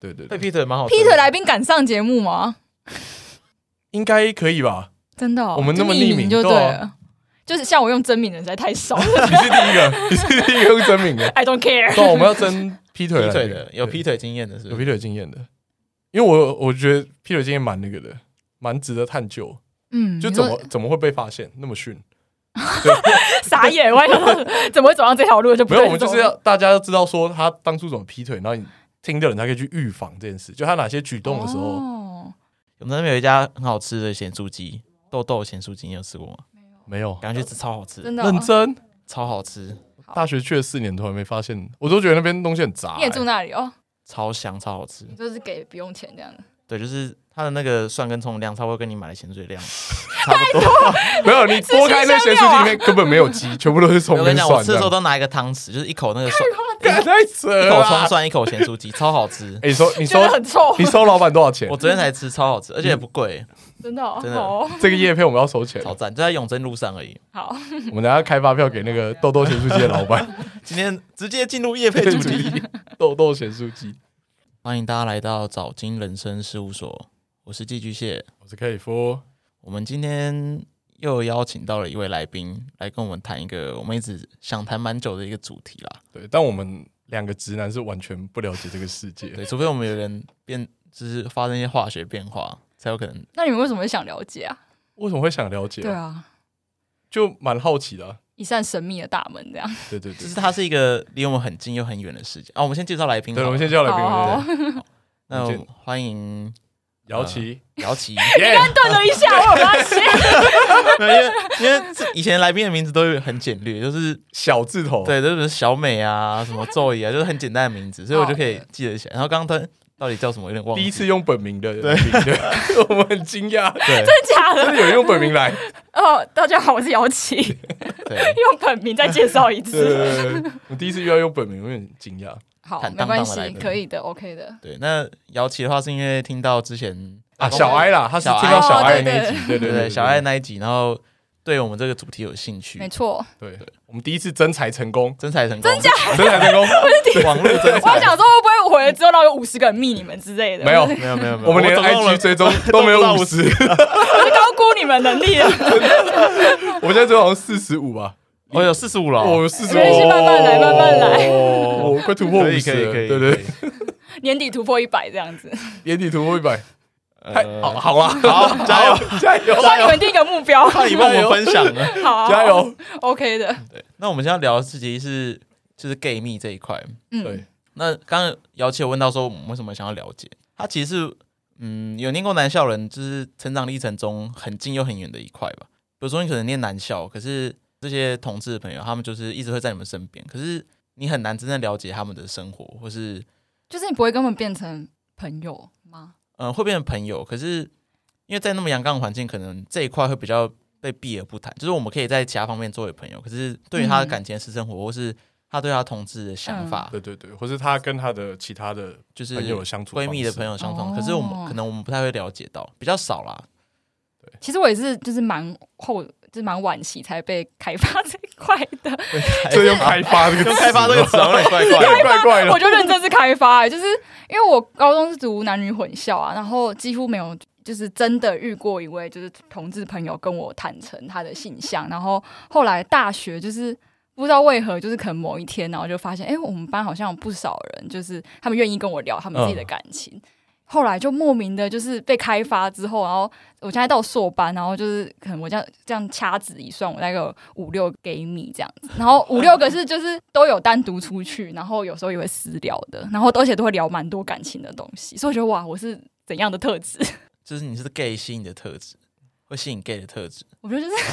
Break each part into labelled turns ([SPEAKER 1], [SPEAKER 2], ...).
[SPEAKER 1] 对对
[SPEAKER 2] 对
[SPEAKER 1] 对，
[SPEAKER 2] Peter 蛮好听的
[SPEAKER 3] Peter 来宾敢上节目吗？
[SPEAKER 2] 应该可以吧？
[SPEAKER 3] 真的哦、
[SPEAKER 2] 我们那么
[SPEAKER 3] 就匿
[SPEAKER 2] 匿名
[SPEAKER 3] 就
[SPEAKER 2] 对
[SPEAKER 3] 对
[SPEAKER 2] 啊
[SPEAKER 3] 了，就是像我用真名的人实在太 少了
[SPEAKER 2] 你是第一个，你是第一个用真名 的。
[SPEAKER 3] ，I don't care。
[SPEAKER 2] 对啊，我们要争劈腿
[SPEAKER 1] 劈
[SPEAKER 2] 来
[SPEAKER 1] 腿
[SPEAKER 2] 那
[SPEAKER 1] 的
[SPEAKER 2] 个
[SPEAKER 1] 有
[SPEAKER 2] 对
[SPEAKER 1] 劈腿经验的是
[SPEAKER 2] 有
[SPEAKER 1] 不
[SPEAKER 2] 劈
[SPEAKER 1] 是，
[SPEAKER 2] 腿经验的，因为我我觉得劈腿经验蛮那个的，蛮值得探究。
[SPEAKER 3] 嗯，
[SPEAKER 2] 就
[SPEAKER 3] 你
[SPEAKER 2] 怎
[SPEAKER 3] 说
[SPEAKER 2] 么怎么会被发现那么逊？
[SPEAKER 3] 傻眼？我还想说 怎么会走上这条路就不
[SPEAKER 2] 没
[SPEAKER 3] 对
[SPEAKER 2] 有，
[SPEAKER 3] 了
[SPEAKER 2] 我们就是要大家要知道说他当初怎么劈腿，然后你听的人才可以去预防这件事，就他哪些举动的时候，
[SPEAKER 3] 哦
[SPEAKER 1] 我们那边有一家很好吃的咸酥鸡，豆豆咸酥鸡，你有吃过吗？
[SPEAKER 2] 没有
[SPEAKER 1] 感觉吃超好吃，
[SPEAKER 3] 真的哦、
[SPEAKER 2] 认真。
[SPEAKER 1] 超好吃，
[SPEAKER 3] 好
[SPEAKER 2] 大学去了四年，突然没发现，我都觉得那边东西很杂、
[SPEAKER 3] 你也住
[SPEAKER 2] 欸
[SPEAKER 3] 那里哦，
[SPEAKER 1] 超香，超好吃。
[SPEAKER 3] 你就是给不用钱这样的。
[SPEAKER 1] 对，就是它的那个蒜跟葱的量，差不多跟你买的咸水 量差不多。
[SPEAKER 2] 没有，你拨开那些
[SPEAKER 3] 吃香料
[SPEAKER 2] 书
[SPEAKER 3] 啊
[SPEAKER 2] 记里面根本没有鸡，全部都是葱
[SPEAKER 1] 我跟
[SPEAKER 2] 跟
[SPEAKER 1] 你讲，我
[SPEAKER 2] 蒜
[SPEAKER 1] 吃
[SPEAKER 2] 这
[SPEAKER 1] 的时
[SPEAKER 2] 样。
[SPEAKER 1] 候都拿一个汤匙，就是一口那个蒜，
[SPEAKER 2] 干太扯
[SPEAKER 1] 一
[SPEAKER 2] 了
[SPEAKER 1] 口
[SPEAKER 2] 啊！
[SPEAKER 1] 葱蒜，一口咸酥鸡，超好 吃。
[SPEAKER 2] 哎，你收你收
[SPEAKER 3] 觉得很臭
[SPEAKER 2] 你，收老板多少钱
[SPEAKER 1] 我？昨天才吃，超好吃，而且也不贵，
[SPEAKER 3] 真的、哦，
[SPEAKER 1] 真的
[SPEAKER 3] 好哦
[SPEAKER 2] 这个叶片我们要收钱，
[SPEAKER 1] 超赞，就在永贞路上而已。
[SPEAKER 3] 好，
[SPEAKER 2] 我们等下开发票给那个豆豆咸酥鸡的老 板，
[SPEAKER 1] 今天直接进入 夜配主题，
[SPEAKER 2] 豆豆咸酥鸡。
[SPEAKER 1] 欢迎大家来到早金人生事务所，我是寄居蟹。
[SPEAKER 2] 我是克里夫，
[SPEAKER 1] 我们今天又邀请到了一位来宾来跟我们谈一个我们一直想谈蛮久的一个主题啦。
[SPEAKER 2] 对，但我们两个直男是完全不了解这个世界。
[SPEAKER 1] 对，除非我们有人变，就是发生一些化学变化，才有可能。
[SPEAKER 3] 那你们为什么会想了解啊？
[SPEAKER 2] 为什么会想了解、
[SPEAKER 3] 对，啊，
[SPEAKER 2] 就蛮好奇的啊、
[SPEAKER 3] 一扇神秘的大门这样。
[SPEAKER 2] 对对
[SPEAKER 1] 就
[SPEAKER 2] 对
[SPEAKER 1] 是，它是一个离我们很近又很远的事情啊。我们先介绍来宾好
[SPEAKER 2] 对，
[SPEAKER 1] 了，
[SPEAKER 2] 我们先叫来宾，
[SPEAKER 3] 好
[SPEAKER 2] 对对对
[SPEAKER 1] 那
[SPEAKER 2] 我
[SPEAKER 1] 我
[SPEAKER 2] 们
[SPEAKER 1] 们欢迎
[SPEAKER 2] 姚 琦，
[SPEAKER 1] 姚 琦，
[SPEAKER 2] 耶，
[SPEAKER 3] 顿了一下，我有发现，
[SPEAKER 1] 因为因为这以前来宾的名字都有很简略，就是
[SPEAKER 2] 小字头，，
[SPEAKER 1] 对，就是小美啊，什么咒语啊，就是很简单的名字，所以我就可以记得起来。然后刚刚他到底叫什么，有点忘记。
[SPEAKER 2] 第一次用本名的，对对， 我们很惊讶，
[SPEAKER 1] 对
[SPEAKER 3] 假
[SPEAKER 2] 真
[SPEAKER 3] 的。
[SPEAKER 2] 的有人用本名 来，
[SPEAKER 3] 哦，大家好，我是姚琦，
[SPEAKER 1] 对，
[SPEAKER 3] 用本名再介绍一
[SPEAKER 2] 对对
[SPEAKER 3] 次。
[SPEAKER 2] 对对对，我第一次遇到用本名，我有点惊讶。
[SPEAKER 3] 好，
[SPEAKER 1] 坦
[SPEAKER 3] 没
[SPEAKER 1] 荡荡
[SPEAKER 3] 关
[SPEAKER 1] 的来
[SPEAKER 3] 系，
[SPEAKER 1] 宾
[SPEAKER 3] 可以的，OK
[SPEAKER 2] 嗯
[SPEAKER 3] 的。
[SPEAKER 1] 对，那姚琦的话是因为听到之前
[SPEAKER 2] 啊，小
[SPEAKER 1] 爱
[SPEAKER 2] 哀啦，他是
[SPEAKER 1] 哦小
[SPEAKER 2] 听到
[SPEAKER 1] 哀
[SPEAKER 2] 小哀
[SPEAKER 3] 哦对
[SPEAKER 2] 那一
[SPEAKER 3] 对
[SPEAKER 2] 集，对
[SPEAKER 1] 对
[SPEAKER 2] 对
[SPEAKER 1] 对小爱，那一集，然后对我们这个主题有兴趣
[SPEAKER 3] 没，错，
[SPEAKER 2] 对我们第一次真才成功，
[SPEAKER 1] 真才成功，真假
[SPEAKER 2] 真才成功，
[SPEAKER 1] 网络真
[SPEAKER 3] 我还
[SPEAKER 1] 才。
[SPEAKER 3] 想说会不会我回了之后，然后有五十个人密你们之类的？
[SPEAKER 2] 没有
[SPEAKER 3] 我
[SPEAKER 1] 没有没有没有，
[SPEAKER 2] 我们连
[SPEAKER 1] 总共了
[SPEAKER 2] IG 追踪都没有五十，
[SPEAKER 3] 是高估你们能力了。
[SPEAKER 2] 我现在最好像四十五吧，
[SPEAKER 1] 我有四十五了哦，
[SPEAKER 2] 我四十，
[SPEAKER 3] 没关系慢慢来慢慢来
[SPEAKER 2] 哦，我快突破五
[SPEAKER 1] 可以
[SPEAKER 2] 十，
[SPEAKER 1] 可以可以，
[SPEAKER 2] 对对，
[SPEAKER 1] 可以，
[SPEAKER 3] 年底突破一百这样 子，
[SPEAKER 2] 年底突破一百，太
[SPEAKER 1] 呃
[SPEAKER 2] 好好啊，
[SPEAKER 1] 好，加油！
[SPEAKER 2] 加油，
[SPEAKER 3] 帮你们定一个目 标。
[SPEAKER 1] 那你帮我们分享呢？
[SPEAKER 3] 好啊，
[SPEAKER 2] 加油！
[SPEAKER 3] ，OK 的。
[SPEAKER 1] 那我们现在聊的事情是就是 gay 蜜这一块。
[SPEAKER 3] 嗯
[SPEAKER 2] 对，
[SPEAKER 1] 那刚刚姚琪有问到说我们为什么想要了解，他其实是嗯有念过男校人，就是成长历程中很近又很远的一块吧。比如说你可能念男校，可是这些同志的朋友他们就是一直会在你们身边，可是你很难真正了解他们的生活，或是
[SPEAKER 3] 就是你不会跟我们变成朋友吗？
[SPEAKER 1] 嗯，会变成朋友，可是因为在那么阳刚的环境，可能这一块会比较被避而不谈。就是我们可以在其他方面作为朋友，可是对于他的
[SPEAKER 3] 嗯
[SPEAKER 1] 感情、私生活，或是他对他同志的想法，
[SPEAKER 2] 对对对，或是他跟他的其他的
[SPEAKER 1] 就是
[SPEAKER 2] 朋友的相处方式
[SPEAKER 1] 闺蜜的朋友相同，
[SPEAKER 3] 哦
[SPEAKER 1] 可是我们可能我们不太会了解到，比较少 啦。
[SPEAKER 3] 其实我也是，就是蛮后，就是蛮惋惜才被开发这一块的。
[SPEAKER 2] 这用开发这个
[SPEAKER 1] 用哎开发这个词有点
[SPEAKER 2] 有
[SPEAKER 1] 怪怪 的。
[SPEAKER 2] 点怪怪
[SPEAKER 3] 我
[SPEAKER 2] 的，
[SPEAKER 3] 就认真是开发、欸，就是因为我高中是读男女混校啊，然后几乎没有就是真的遇过一位就是同志朋友跟我坦诚他的性向，然后后来大学就是。不知道为何，就是可能某一天，然后就发现，哎、我们班好像有不少人，就是他们愿意跟我聊他们自己的感情。后来就莫名的，就是被开发之后，然后我现在到硕班，然后就是可能我这样这样掐指一算，我大概有五六个 gay 蜜这样子，然后五六个是就是都有单独出去，然后有时候也会私聊的，然后而且都会聊蛮多感情的东西，所以我觉得哇，我是怎样的特质？
[SPEAKER 1] 就是你是 gay 吸引的特质，会吸引 gay 的 特质，
[SPEAKER 3] 我觉得就是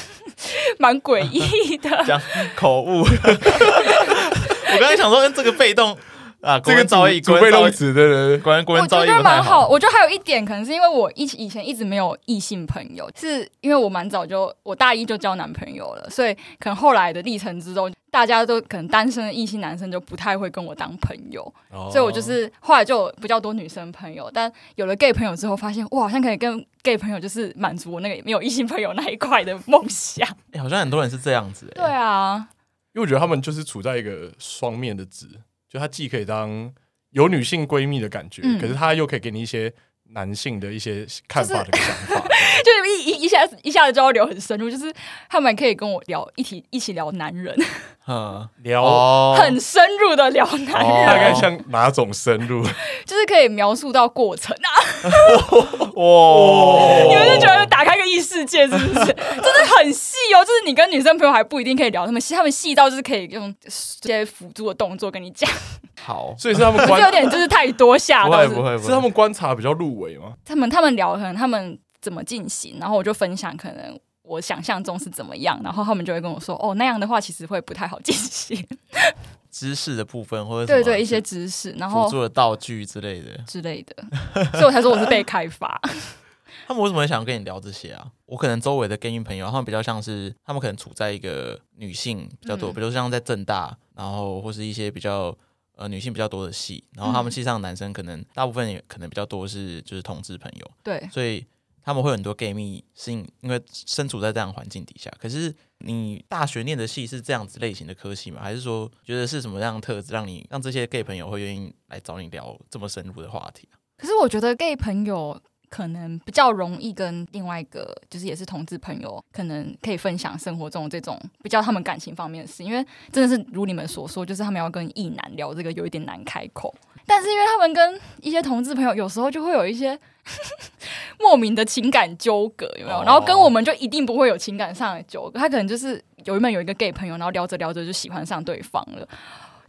[SPEAKER 3] 蛮诡异 的，
[SPEAKER 1] 讲口 误。我刚才想说，嗯这个被动啊，
[SPEAKER 2] 这个
[SPEAKER 1] 造
[SPEAKER 2] 主
[SPEAKER 1] 诣，
[SPEAKER 2] 主被动词，对对对，
[SPEAKER 1] 果然国
[SPEAKER 3] 我
[SPEAKER 1] 人
[SPEAKER 3] 觉
[SPEAKER 1] 造诣
[SPEAKER 3] 得
[SPEAKER 1] 不太
[SPEAKER 3] 蛮。我觉得还有一点，可能是因为我一起以前一直没有异性朋友，是因为我蛮早就我大一就交男朋友了，所以可能后来的历程之中，大家都可能单身的异性男生就不太会跟我当朋友，
[SPEAKER 2] 哦
[SPEAKER 1] 哦
[SPEAKER 3] 所以我就是后来就有比较多女生朋友，但有了 gay 朋友之后，发现我好像可以跟 gay 朋友就是满足我那个没有异性朋友那一块的梦想。
[SPEAKER 1] 哎好像很多人是这样子。哎
[SPEAKER 3] 对啊，
[SPEAKER 2] 因为我觉得他们就是处在一个双面的值，就他既可以当有女性闺蜜的感觉，
[SPEAKER 3] 嗯
[SPEAKER 2] 可是她又可以给你一些男性的一些看法的想法。
[SPEAKER 3] 就是一一一下子一下子就要聊很深入，就是他们可以跟我聊一起一起聊男人，
[SPEAKER 1] 嗯，
[SPEAKER 2] 聊、
[SPEAKER 1] 哦，
[SPEAKER 3] 很深入的聊男人，
[SPEAKER 2] 大概像哪种深入？
[SPEAKER 3] 就是可以描述到过程啊。
[SPEAKER 2] 哇，
[SPEAKER 3] 你们是觉得打开个异世界是不是？真的很细哦，就是你跟女生朋友还不一定可以聊那么细，他们细到就是可以用这些辅助的动作跟你讲，
[SPEAKER 1] 好，
[SPEAKER 2] 所以是他们
[SPEAKER 3] 这有
[SPEAKER 2] 观，
[SPEAKER 3] 点就是太多下
[SPEAKER 1] 不
[SPEAKER 3] 到
[SPEAKER 1] 会
[SPEAKER 3] 是
[SPEAKER 1] 不会不
[SPEAKER 2] 是
[SPEAKER 1] 会，
[SPEAKER 2] 他们观察比较入围吗？
[SPEAKER 3] 他们他们聊可能他们怎么进行，然后我就分享可能。我想象中是怎么样，然后他们就会跟我说：“哦，那样的话其实会不太好进行。
[SPEAKER 1] 知识的部分或”者
[SPEAKER 3] 对
[SPEAKER 1] 什么
[SPEAKER 3] 对，一些知识，然后
[SPEAKER 1] 辅助的道具之类的，
[SPEAKER 3] 之类的，所以我才说我是被开发。
[SPEAKER 1] 他们为什么会想跟你聊这些啊？我可能周围的 gay 朋友，他们比较像是他们可能处在一个女性比较多，
[SPEAKER 3] 嗯
[SPEAKER 1] 比如像在正大，然后或是一些比较呃女性比较多的系，然后他们系上的男生可能大部分也可能比较多是就是同志朋友，
[SPEAKER 3] 对，
[SPEAKER 1] 所以他们会有很多 gay 蜜，是因因为身处在这样的环境底下。可是你大学念的系是这样子类型的科系吗？还是说觉得是什么样的特质让你让这些 gay 朋友会愿意来找你聊这么深入的话题啊？
[SPEAKER 3] 可是我觉得 gay 朋友可能比较容易跟另外一个就是也是同志朋友，可能可以分享生活中这种比较他们感情方面的事，因为真的是如你们所说，就是他们要跟异男聊这个有一点难开口。但是因为他们跟一些同志朋友有时候就会有一些 莫名的情感纠葛，有没有
[SPEAKER 1] 哦？
[SPEAKER 3] 然后跟我们就一定不会有情感上的纠葛，他可能就是有一门有一个 gay 朋友，然后聊着聊着就喜欢上对方了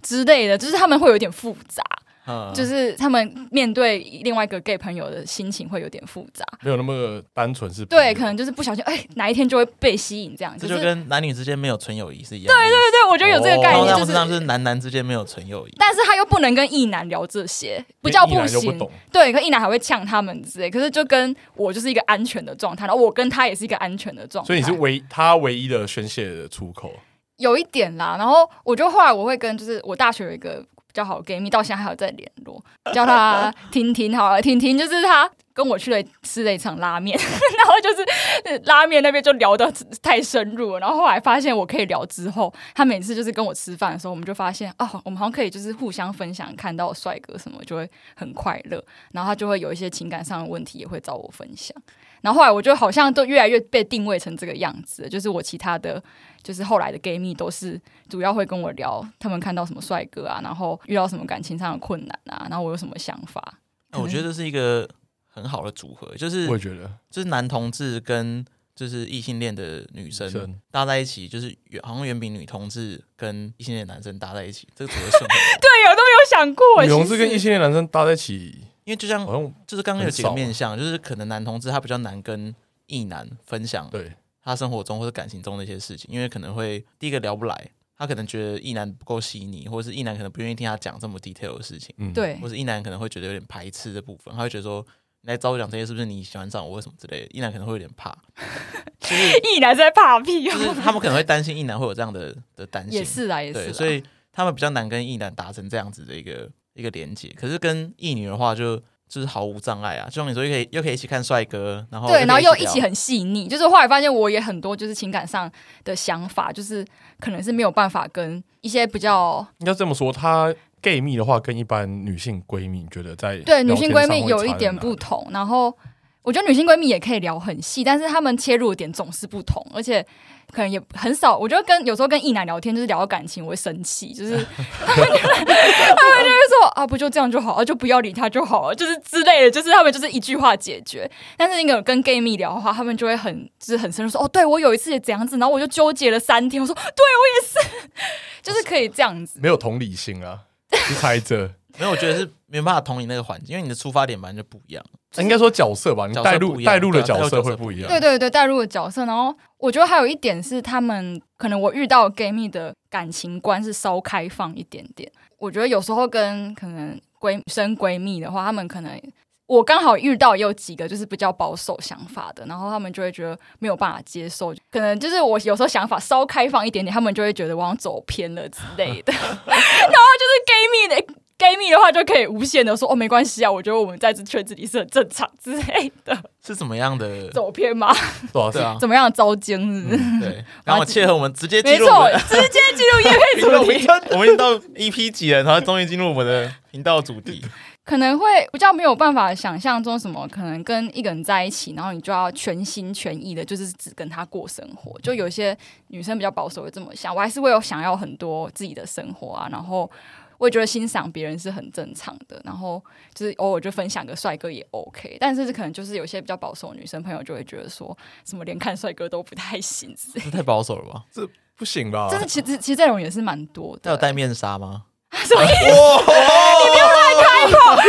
[SPEAKER 3] 之类的，就是他们会有点复杂。
[SPEAKER 1] 嗯，
[SPEAKER 3] 就是他们面对另外一个 gay 朋友的心情会有点复杂，
[SPEAKER 2] 没有那么单纯是朋友
[SPEAKER 3] 对，可能就是不小心，哎、哪一天就会被吸引这样，
[SPEAKER 1] 这
[SPEAKER 3] 是
[SPEAKER 1] 就
[SPEAKER 3] 对
[SPEAKER 1] 跟男女之间没有纯友谊是一样的意思。对对
[SPEAKER 3] 对，我觉得有这个概
[SPEAKER 2] 哦
[SPEAKER 3] 念，
[SPEAKER 1] 通
[SPEAKER 3] 就
[SPEAKER 1] 常上是
[SPEAKER 3] 是，
[SPEAKER 1] 男男之间没有纯友谊。
[SPEAKER 3] 但是他又不能跟异男聊这些，不叫
[SPEAKER 2] 因为一男就
[SPEAKER 3] 行
[SPEAKER 2] 哦不，懂。
[SPEAKER 3] 对，可异男还会呛他们之类，可是就跟我就是一个安全的状态，然后我跟他也是一个安全的状态，
[SPEAKER 2] 所以你是唯他唯一的宣泄的出口，
[SPEAKER 3] 有一点啦，然后我就后来我会跟就是我大学有一个比较好的 gay 蜜，到现在还有在联络，叫她婷婷好了，婷婷就是她跟我去了吃了一场拉面， 然后就是呃拉面那边就聊得太深入了，然后后来发现我可以聊之后，她每次就是跟我吃饭的时候，我们就发现哦，我们好像可以就是互相分享看到帅哥什么，就会很快乐，然后她就会有一些情感上的问题也会找我分享，然后后来我就好像都越来越被定位成这个样子了，就是我其他的就是后来的 gay 蜜都是主要会跟我聊他们看到什么帅哥啊，然后遇到什么感情上的困难啊，然后我有什么想法。
[SPEAKER 1] 那我觉得这是一个很好的组合，就是
[SPEAKER 2] 我也觉得
[SPEAKER 1] 就是男同志跟就是异性恋的女生
[SPEAKER 2] 女生
[SPEAKER 1] 搭在一起，就是远好像远比女同志跟异性恋男生搭在一起这个组合顺很
[SPEAKER 3] 对，有都没有想过，
[SPEAKER 2] 女同志
[SPEAKER 3] 其实
[SPEAKER 2] 跟异性恋男生搭在一起，
[SPEAKER 1] 因为就像
[SPEAKER 2] 好像
[SPEAKER 1] 就是刚刚有几
[SPEAKER 2] 哦很
[SPEAKER 1] 个
[SPEAKER 2] 少啊
[SPEAKER 1] 面向，就是可能男同志他比较难跟异男分享
[SPEAKER 2] 对
[SPEAKER 1] 他生活中或者感情中的一些事情，因为可能会第一个聊不来，他可能觉得异男不够细腻，或者是异男可能不愿意听他讲这么 detail 的事情。
[SPEAKER 2] 嗯，
[SPEAKER 3] 对
[SPEAKER 1] 或，者一男可能会觉得有点排斥的部分，他会觉得说你来找我讲这些是不是你喜欢上我或什么之类的，一男可能会有点 怕，就是
[SPEAKER 3] 异男在怕屁
[SPEAKER 1] 就
[SPEAKER 3] 哦，
[SPEAKER 1] 是他们可能会担心一男会有这样的的担心，
[SPEAKER 3] 也是啊啦，也是
[SPEAKER 1] 对，
[SPEAKER 3] 啦，
[SPEAKER 1] 所以他们比较难跟异男达成这样子的一个一个连接。可是跟异女的话就。就是毫无障碍啊，就像你说，又可以又可以一起看帅哥，然后
[SPEAKER 3] 对，然后又一
[SPEAKER 1] 聊
[SPEAKER 3] 起很细腻。就是后来发现我也很多就是情感上的想法，就是可能是没有办法跟一些比较
[SPEAKER 2] 应该这么说，她 gay 蜜的话跟一般女性闺蜜，你觉得在
[SPEAKER 3] 对女
[SPEAKER 2] 聊天
[SPEAKER 3] 性
[SPEAKER 2] 上
[SPEAKER 3] 闺蜜
[SPEAKER 2] 会
[SPEAKER 3] 有一
[SPEAKER 2] 差在
[SPEAKER 3] 点
[SPEAKER 2] 哪
[SPEAKER 3] 不
[SPEAKER 2] 里，
[SPEAKER 3] 同，然后我觉得女性闺蜜也可以聊很细，但是她们切入的点总是不同，而且可能也很少。我觉得跟有时候跟异男聊天，就是聊到感情，我会生气，就是 他们就会他们就会说啊，不就这样就好了，就不要理他就好了，就是之类的，就是他们就是一句话解决。但是那个跟 gay 蜜聊的话，他们就会很就是很深入说哦，对我有一次也这样子，然后我就纠结了三天，我说对我也是， 就是可以这样子。
[SPEAKER 2] 没有同理心 啊，是猜测。
[SPEAKER 1] 没有，我觉得是没办法同理那个环境，因为你的出发点本来就不一样。
[SPEAKER 2] 应该说角色吧，你
[SPEAKER 1] 角色
[SPEAKER 2] 带
[SPEAKER 1] 不
[SPEAKER 2] 入
[SPEAKER 1] 一样
[SPEAKER 2] 带入的
[SPEAKER 1] 对啊
[SPEAKER 2] 角
[SPEAKER 1] 带入角
[SPEAKER 2] 色
[SPEAKER 1] 色
[SPEAKER 2] 会不一样。
[SPEAKER 3] 对对对，带入的角色。然后我觉得还有一点是，他们可能我遇到 gay 蜜的感情观是稍开放一点点。我觉得有时候跟可能闺生闺蜜的话，他们可能我刚好遇到也有几个就是比较保守想法的，然后他们就会觉得没有办法接受，可能就是我有时候想法稍开放一点点，他们就会觉得我好像走偏了之类的。然后就是 gay 蜜的。 gay 蜜的话就可以无限的说哦，没关系啊，我觉得我们在这圈子里是很正常之类的，
[SPEAKER 1] 是怎么样 的？
[SPEAKER 3] 走偏吗？
[SPEAKER 2] 对啊，
[SPEAKER 1] 对啊，
[SPEAKER 3] 怎么样糟奸是不是？
[SPEAKER 1] 对，然后切合我们直嗯接
[SPEAKER 3] 没
[SPEAKER 1] 进入我
[SPEAKER 3] 错
[SPEAKER 1] 们，的
[SPEAKER 3] 直接进入夜配
[SPEAKER 1] 频道，
[SPEAKER 3] 主
[SPEAKER 1] 我们已经，我
[SPEAKER 3] 题
[SPEAKER 1] 们已经到 EP 几了，然后终于进入我们的频道主题。
[SPEAKER 3] 可能会比较没有办法想象中什么，可能跟一个人在一起，然后你就要全心全意的，就是只跟他过生活。就有些女生比较保守，会这么想。我还是会有想要很多自己的生活啊，然后我也觉得欣赏别人是很正常的，然后就是偶尔就分享个帅哥也 OK。但是可能就是有些比较保守的女生朋友就会觉得说什么连看帅哥都不太行之类的。
[SPEAKER 1] 这太保守了吧？
[SPEAKER 2] 不行吧？
[SPEAKER 3] 就是其实其实这种也是蛮多
[SPEAKER 1] 他有
[SPEAKER 3] 的，
[SPEAKER 1] 戴面纱吗？
[SPEAKER 3] 所以你不要乱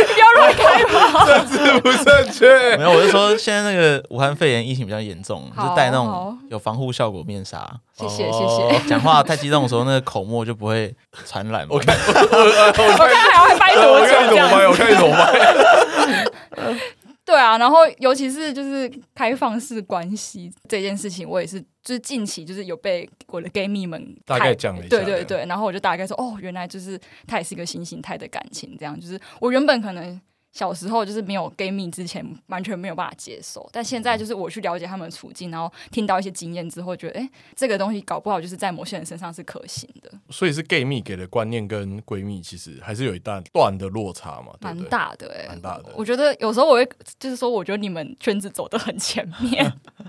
[SPEAKER 3] 开炮。
[SPEAKER 2] 是不正确。
[SPEAKER 1] 没有，我是说现在那个武汉肺炎疫情比较严重，就
[SPEAKER 3] 好
[SPEAKER 1] 是戴那
[SPEAKER 3] 好
[SPEAKER 1] 种有防护效果面纱。
[SPEAKER 3] 谢谢谢
[SPEAKER 2] 哦
[SPEAKER 3] 谢。
[SPEAKER 1] 讲话太激动的时候，那个口沫就不会传染 嘛。
[SPEAKER 2] 我看， 我我
[SPEAKER 3] 我看还会掰多
[SPEAKER 2] 我
[SPEAKER 3] 久
[SPEAKER 2] 看你
[SPEAKER 3] 这
[SPEAKER 2] 怎
[SPEAKER 3] 样
[SPEAKER 2] 么掰，
[SPEAKER 3] 子？
[SPEAKER 2] 我看你怎么掰。
[SPEAKER 3] 对啊，然后尤其是就是开放式关系这件事情，我也是就是近期就是有被我的 gay 蜜们
[SPEAKER 2] 大
[SPEAKER 3] 看
[SPEAKER 2] 概讲了一下
[SPEAKER 3] 对对对，然后我就大概说哦，原来就是它也是一个新形态的感情，这样就是我原本可能。小时候就是没有 gay 蜜之前，完全没有办法接受。但现在
[SPEAKER 2] 嗯
[SPEAKER 3] 就是我去了解他们的处境，然后听到一些经验之后，觉得哎、诶这个东西搞不好就是在某些人身上是可行的，
[SPEAKER 2] 所以是 gay 蜜给的观念跟闺蜜其实还是有一大段的落差嘛，对
[SPEAKER 3] 蛮
[SPEAKER 2] 不对？
[SPEAKER 3] 大的哎、
[SPEAKER 2] 蛮大的
[SPEAKER 3] 我觉得有时候我会就是说，我觉得你们圈子走得很前面，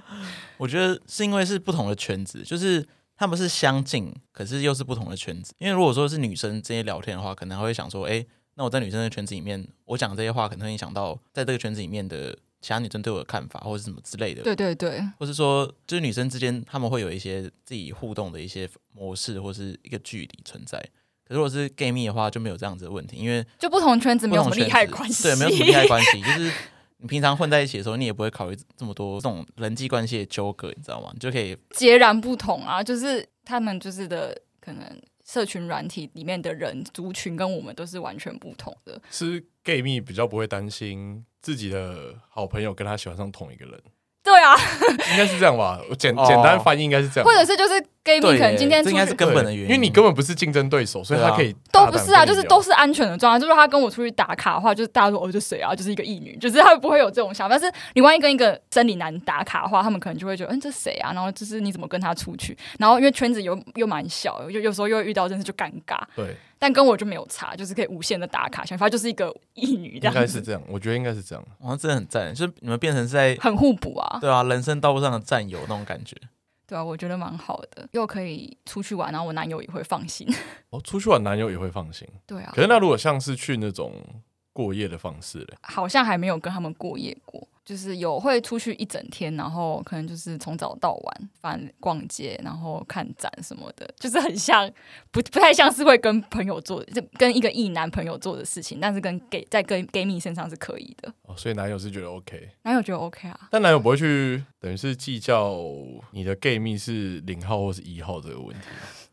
[SPEAKER 1] 我觉得是因为是不同的圈子，就是他们是相近，可是又是不同的圈子。因为如果说是女生之间聊天的话，可能还会想说，哎、那我在女生的圈子里面，我讲这些话，可能会影响到在这个圈子里面的其他女生对我的看法，或者是什么之类的。
[SPEAKER 3] 对对对，
[SPEAKER 1] 或是说，就是女生之间，她们会有一些自己互动的一些模式，或是一个距离存在。可是如果是 gay 蜜的话，就没有这样子的问题，因为
[SPEAKER 3] 就不同圈子
[SPEAKER 1] 不
[SPEAKER 3] 没有什
[SPEAKER 1] 同
[SPEAKER 3] 么
[SPEAKER 1] 圈
[SPEAKER 3] 利害
[SPEAKER 1] 子
[SPEAKER 3] 关系，
[SPEAKER 1] 对，没有什么利害关系，就是你平常混在一起的时候，你也不会考虑这么多这种人际关系的纠葛，你知道吗？你就可以
[SPEAKER 3] 截然不同啊！就是他们就是的可能社群软体里面的人族群跟我们都是完全不同的，
[SPEAKER 2] 是 gay 蜜比较不会担心自己的好朋友跟他喜欢上同一个人，
[SPEAKER 3] 对啊，
[SPEAKER 2] 应该是这样吧？我简
[SPEAKER 1] 哦
[SPEAKER 2] 简单翻译应该是这样，
[SPEAKER 3] 或者是就是 gay 蜜
[SPEAKER 1] 对耶，
[SPEAKER 3] 可能今天
[SPEAKER 1] 这
[SPEAKER 3] 出
[SPEAKER 1] 应该是
[SPEAKER 3] 去。
[SPEAKER 1] 根本的原
[SPEAKER 2] 因为你根本不是竞争对手，所以他可以
[SPEAKER 3] 都不是啊，就是都
[SPEAKER 2] 是
[SPEAKER 3] 是安全的状态。就是他跟我出去打卡的话，就是大家说哦，就谁啊，就是一个异女，就是他不会有这种想法。但是你万一跟一个生理男打卡的话，他们可能就会觉得，嗯，这谁啊？然后就是你怎么跟他出去？然后因为圈子又又蛮小，就有时候又会遇到，真是就尴尬。
[SPEAKER 2] 对，
[SPEAKER 3] 但跟我就没有差，就是可以无限的打卡，想法就是一个异女这
[SPEAKER 2] 应该
[SPEAKER 3] 样
[SPEAKER 2] 是
[SPEAKER 3] 子，
[SPEAKER 2] 这样，我觉得应该是这样。
[SPEAKER 1] 好像真的很赞，就是你们变成是在
[SPEAKER 3] 很互补啊，
[SPEAKER 1] 对啊人生道路上的战友那种感觉。
[SPEAKER 3] 对啊，我觉得蛮好的，又可以出去玩，然后我男友也会放心，
[SPEAKER 2] 哦，出去玩男友也会放心，
[SPEAKER 3] 对啊
[SPEAKER 2] 可，是那如果像是去那种过夜的方式嘞，
[SPEAKER 3] 好像还没有跟他们过夜过，就是有会出去一整天，然后可能就是从早到晚，反正逛街，然后看展什么的，就是很像不不太像是会跟朋友做，就跟一个异男朋友做的事情，但是跟 gay 在跟 gay 蜜身上是可以的，
[SPEAKER 2] 哦，所以男友是觉得 OK，
[SPEAKER 3] 男友觉得 OK 啊，
[SPEAKER 2] 但男友不会去等于是计较你的 gay 蜜是零号或是一号这个 问题。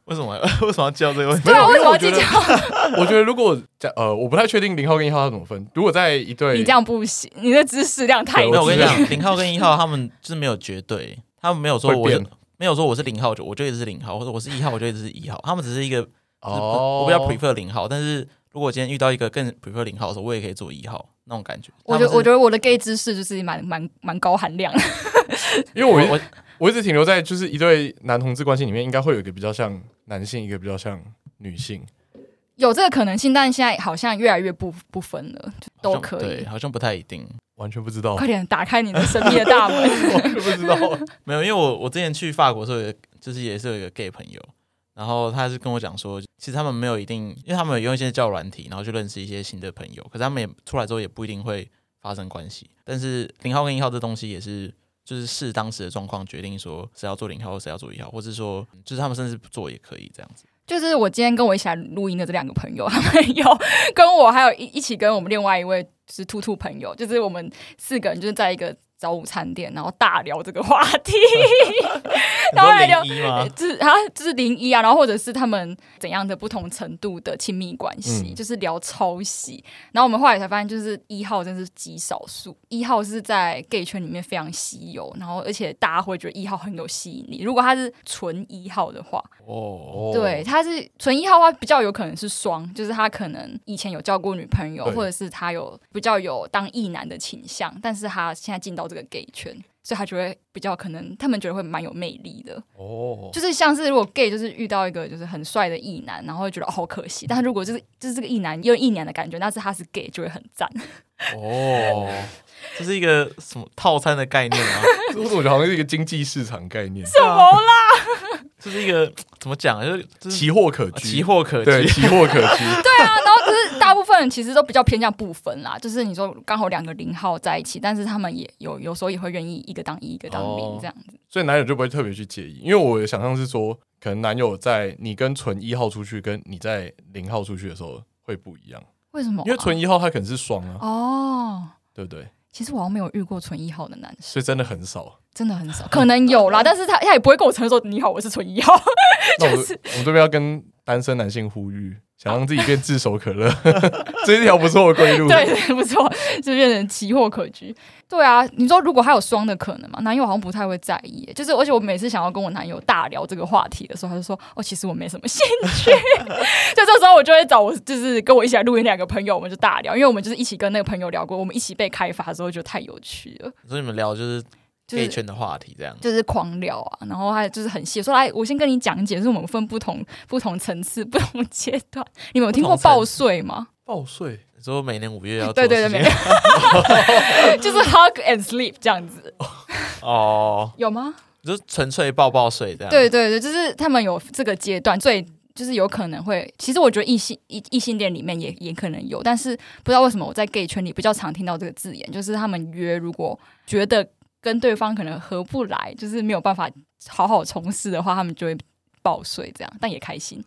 [SPEAKER 1] 为什么为什么要叫这个问题？
[SPEAKER 3] 对啊，
[SPEAKER 2] 因
[SPEAKER 3] 为
[SPEAKER 2] 为
[SPEAKER 3] 什么要
[SPEAKER 2] 我
[SPEAKER 3] 计
[SPEAKER 2] 觉得
[SPEAKER 3] 较？
[SPEAKER 2] 我觉得如果在呃，我不太确定零号跟一号要怎么分。如果在一对
[SPEAKER 3] 你这样不行，你的知识量太
[SPEAKER 2] 对
[SPEAKER 1] 没有，我跟你
[SPEAKER 2] 知道
[SPEAKER 1] 讲，零号跟一号他们就是没有绝对，他们没有说
[SPEAKER 2] 会
[SPEAKER 1] 我是
[SPEAKER 2] 变
[SPEAKER 1] 没有说我是零号就我就一直是零号，或者我是一号我就一直是一号，他们只是一个就是不
[SPEAKER 2] 哦，
[SPEAKER 1] 我比较 prefer 零号，但是如果今天遇到一个更 prefer 零号的时候，我也可以做一号那种感觉。
[SPEAKER 3] 我觉得我
[SPEAKER 1] 就
[SPEAKER 3] 觉得我的 gay 知识就是蛮蛮蛮高含量的，
[SPEAKER 2] 因为我一
[SPEAKER 1] 我
[SPEAKER 2] 我一直停留在就是一对男同志关系里面，应该会有一个比较像男性，一个比较像女性。
[SPEAKER 3] 有这个可能性，但现在好像越来越不不分了，就
[SPEAKER 1] 好
[SPEAKER 3] 都
[SPEAKER 1] 像
[SPEAKER 3] 可
[SPEAKER 1] 对，
[SPEAKER 3] 以。
[SPEAKER 1] 好像不太一定。
[SPEAKER 2] 完全不知道，
[SPEAKER 3] 快点打开你的神秘的大门，
[SPEAKER 2] 完全不知道。
[SPEAKER 1] 没有，因为我我之前去法国的时候有一个，就是也是有一个 gay 朋友，然后他是跟我讲说，其实他们没有一定，因为他们有用一些交友软体，然后去认识一些新的朋友，可是他们也出来之后也不一定会发生关系。但是零号跟一号这东西也是，就是视当时的状况决定说谁要做零号，谁要做一号，或是说就是他们甚至不做也可以这样子。
[SPEAKER 3] 就是我今天跟我一起来录音的这两个朋友，他们有跟我还有一一起跟我们另外一位就是兔兔朋友，就是我们四个人就是在一个早午餐店，然后大聊这个话题，
[SPEAKER 1] 你
[SPEAKER 3] 当 然
[SPEAKER 1] 说
[SPEAKER 3] 有
[SPEAKER 1] 零一 吗？
[SPEAKER 3] 就是啊，就是零一啊，然后或者是他们怎样的不同程度的亲密关系，
[SPEAKER 2] 嗯
[SPEAKER 3] 就是聊超细。然后我们后来才发现，就是一号真是极少数，一号是在 gay 圈里面非常稀有，然后而且大家会觉得一号很有吸引力。如果他是纯一号的话，
[SPEAKER 1] 哦，
[SPEAKER 3] 对，他是纯一号的话，比较有可能是双，就是他可能以前有交过女朋友，
[SPEAKER 2] 对
[SPEAKER 3] 或者是他有比较有当异男的倾向，但是他现在进到这个 gay 圈，所以他觉得比较可能，他们觉得会蛮有魅力的。
[SPEAKER 2] 哦，
[SPEAKER 3] 就是像是如果 gay 就是遇到一个就是很帅的异男，然后会觉得哦好可惜。但如果就是就是这个异男也有异男的感觉，但是他是 gay 就会很赞。
[SPEAKER 2] 哦，
[SPEAKER 1] 这是一个什么套餐的概念 吗？
[SPEAKER 2] 这我怎么觉得好像是一个经济市场概念，
[SPEAKER 1] 什
[SPEAKER 3] 么
[SPEAKER 1] 啦？ 这是一个怎么讲啊？就是就是
[SPEAKER 2] 奇货可居，
[SPEAKER 1] 奇货可
[SPEAKER 2] 对，
[SPEAKER 1] 居，
[SPEAKER 2] 奇货可居，
[SPEAKER 3] 对啊，然后只是大部分人其实都比较偏向不分啦，就是你说刚好两个零号在一起，但是他们也有有时候也会愿意一个当一，一个当零
[SPEAKER 1] 哦
[SPEAKER 3] 这样子。
[SPEAKER 2] 所以男友就不会特别去介意，因为我的想象是说，可能男友在你跟纯一号出去，跟你在零号出去的时候会不一样，
[SPEAKER 3] 为什么啊、
[SPEAKER 2] 因为纯一号他可能是双啊，
[SPEAKER 3] 哦，
[SPEAKER 2] 对不对？
[SPEAKER 3] 其实我好像没有遇过纯一号的男生，
[SPEAKER 2] 所以真的很少。啊
[SPEAKER 3] 真的很少，可能有啦，但是他他也不会跟我承认说你好，我是纯一号。
[SPEAKER 2] 那我我这边要跟单身男性呼吁，想让自己变炙手可热， 这是一条不错的归路。
[SPEAKER 3] 对，对，不错， 就变成奇货可居。对啊，你说如果还有双的可能嘛？男友好像不太会在意耶，就是而且我每次想要跟我男友大聊这个话题的时候，他就说：“哦，其实我没什么兴趣。”就这时候我就会找我就是跟我一起来录音两个朋友，我们就大聊，因为我们就是一起跟那个朋友聊过，我们一起被开发之后，觉得太有趣了，
[SPEAKER 1] 所以你们聊就是
[SPEAKER 3] 就
[SPEAKER 1] gay
[SPEAKER 3] 是。
[SPEAKER 1] 圈的话题这样。
[SPEAKER 3] 就是狂聊啊，然后还就是很细说来，我先跟你讲解，就是我们分不同不同层次、不同阶段。你们有听过
[SPEAKER 1] 不同层
[SPEAKER 3] 报税吗？
[SPEAKER 2] 报税
[SPEAKER 1] 你说每年五月要做
[SPEAKER 3] 对对对，
[SPEAKER 1] 事情
[SPEAKER 3] 没 有，就是 hug and sleep 这样子，
[SPEAKER 1] 哦，
[SPEAKER 3] 有吗？
[SPEAKER 1] 就是纯粹抱抱睡这样。
[SPEAKER 3] 对对对，就是他们有这个阶段，最就是有可能会，其实我觉得异性异异性恋里面也也可能有，但是不知道为什么我在 gay 圈里比较常听到这个字眼，就是他们约如果觉得跟对方可能合不来，就是没有办法好好从事的话，他们就会爆睡这样，但也开心。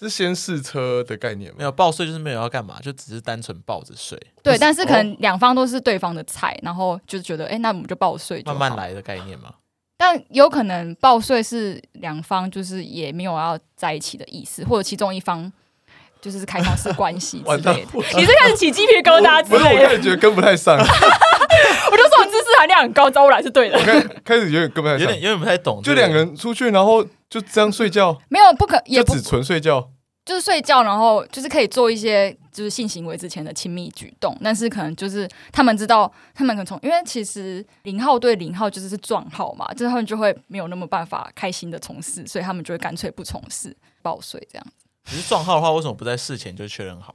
[SPEAKER 2] 是先试车的概念
[SPEAKER 1] 没
[SPEAKER 2] 吗？
[SPEAKER 1] 有抱睡就是没有要干嘛，就只是单纯抱着睡，
[SPEAKER 3] 对，但是可哦能两方都是对方的菜，然后就觉得，哎、那我们就爆睡就
[SPEAKER 1] 慢
[SPEAKER 3] 好，
[SPEAKER 1] 慢来的概念嘛。
[SPEAKER 3] 但有可能报税是两方就是也没有要在一起的意思，或者其中一方就是开放式关系 之
[SPEAKER 2] 完蛋
[SPEAKER 3] 类的。你是开始起鸡皮疙瘩之
[SPEAKER 2] 不是，我
[SPEAKER 3] 类的
[SPEAKER 2] 开，始觉得跟不太上， 我
[SPEAKER 3] 我就说我知识含量很高，招我来是对的。
[SPEAKER 2] 开开始有点跟不太
[SPEAKER 1] 有点
[SPEAKER 2] 上，
[SPEAKER 1] 有点不太懂，
[SPEAKER 2] 就两个人出去，然后就这样睡觉，
[SPEAKER 3] 没有不可也
[SPEAKER 2] 就
[SPEAKER 3] 不
[SPEAKER 2] 只纯睡觉。
[SPEAKER 3] 就是睡觉，然后就是可以做一些就是性行为之前的亲密举动，但是可能就是他们知道，他们可能从因为其实零号对零号就是是撞号嘛，就是他们就会没有那么办法开心的从事，所以他们就会干脆不从事报税这样。
[SPEAKER 1] 只是撞号的话，为什么不在事前就确认好？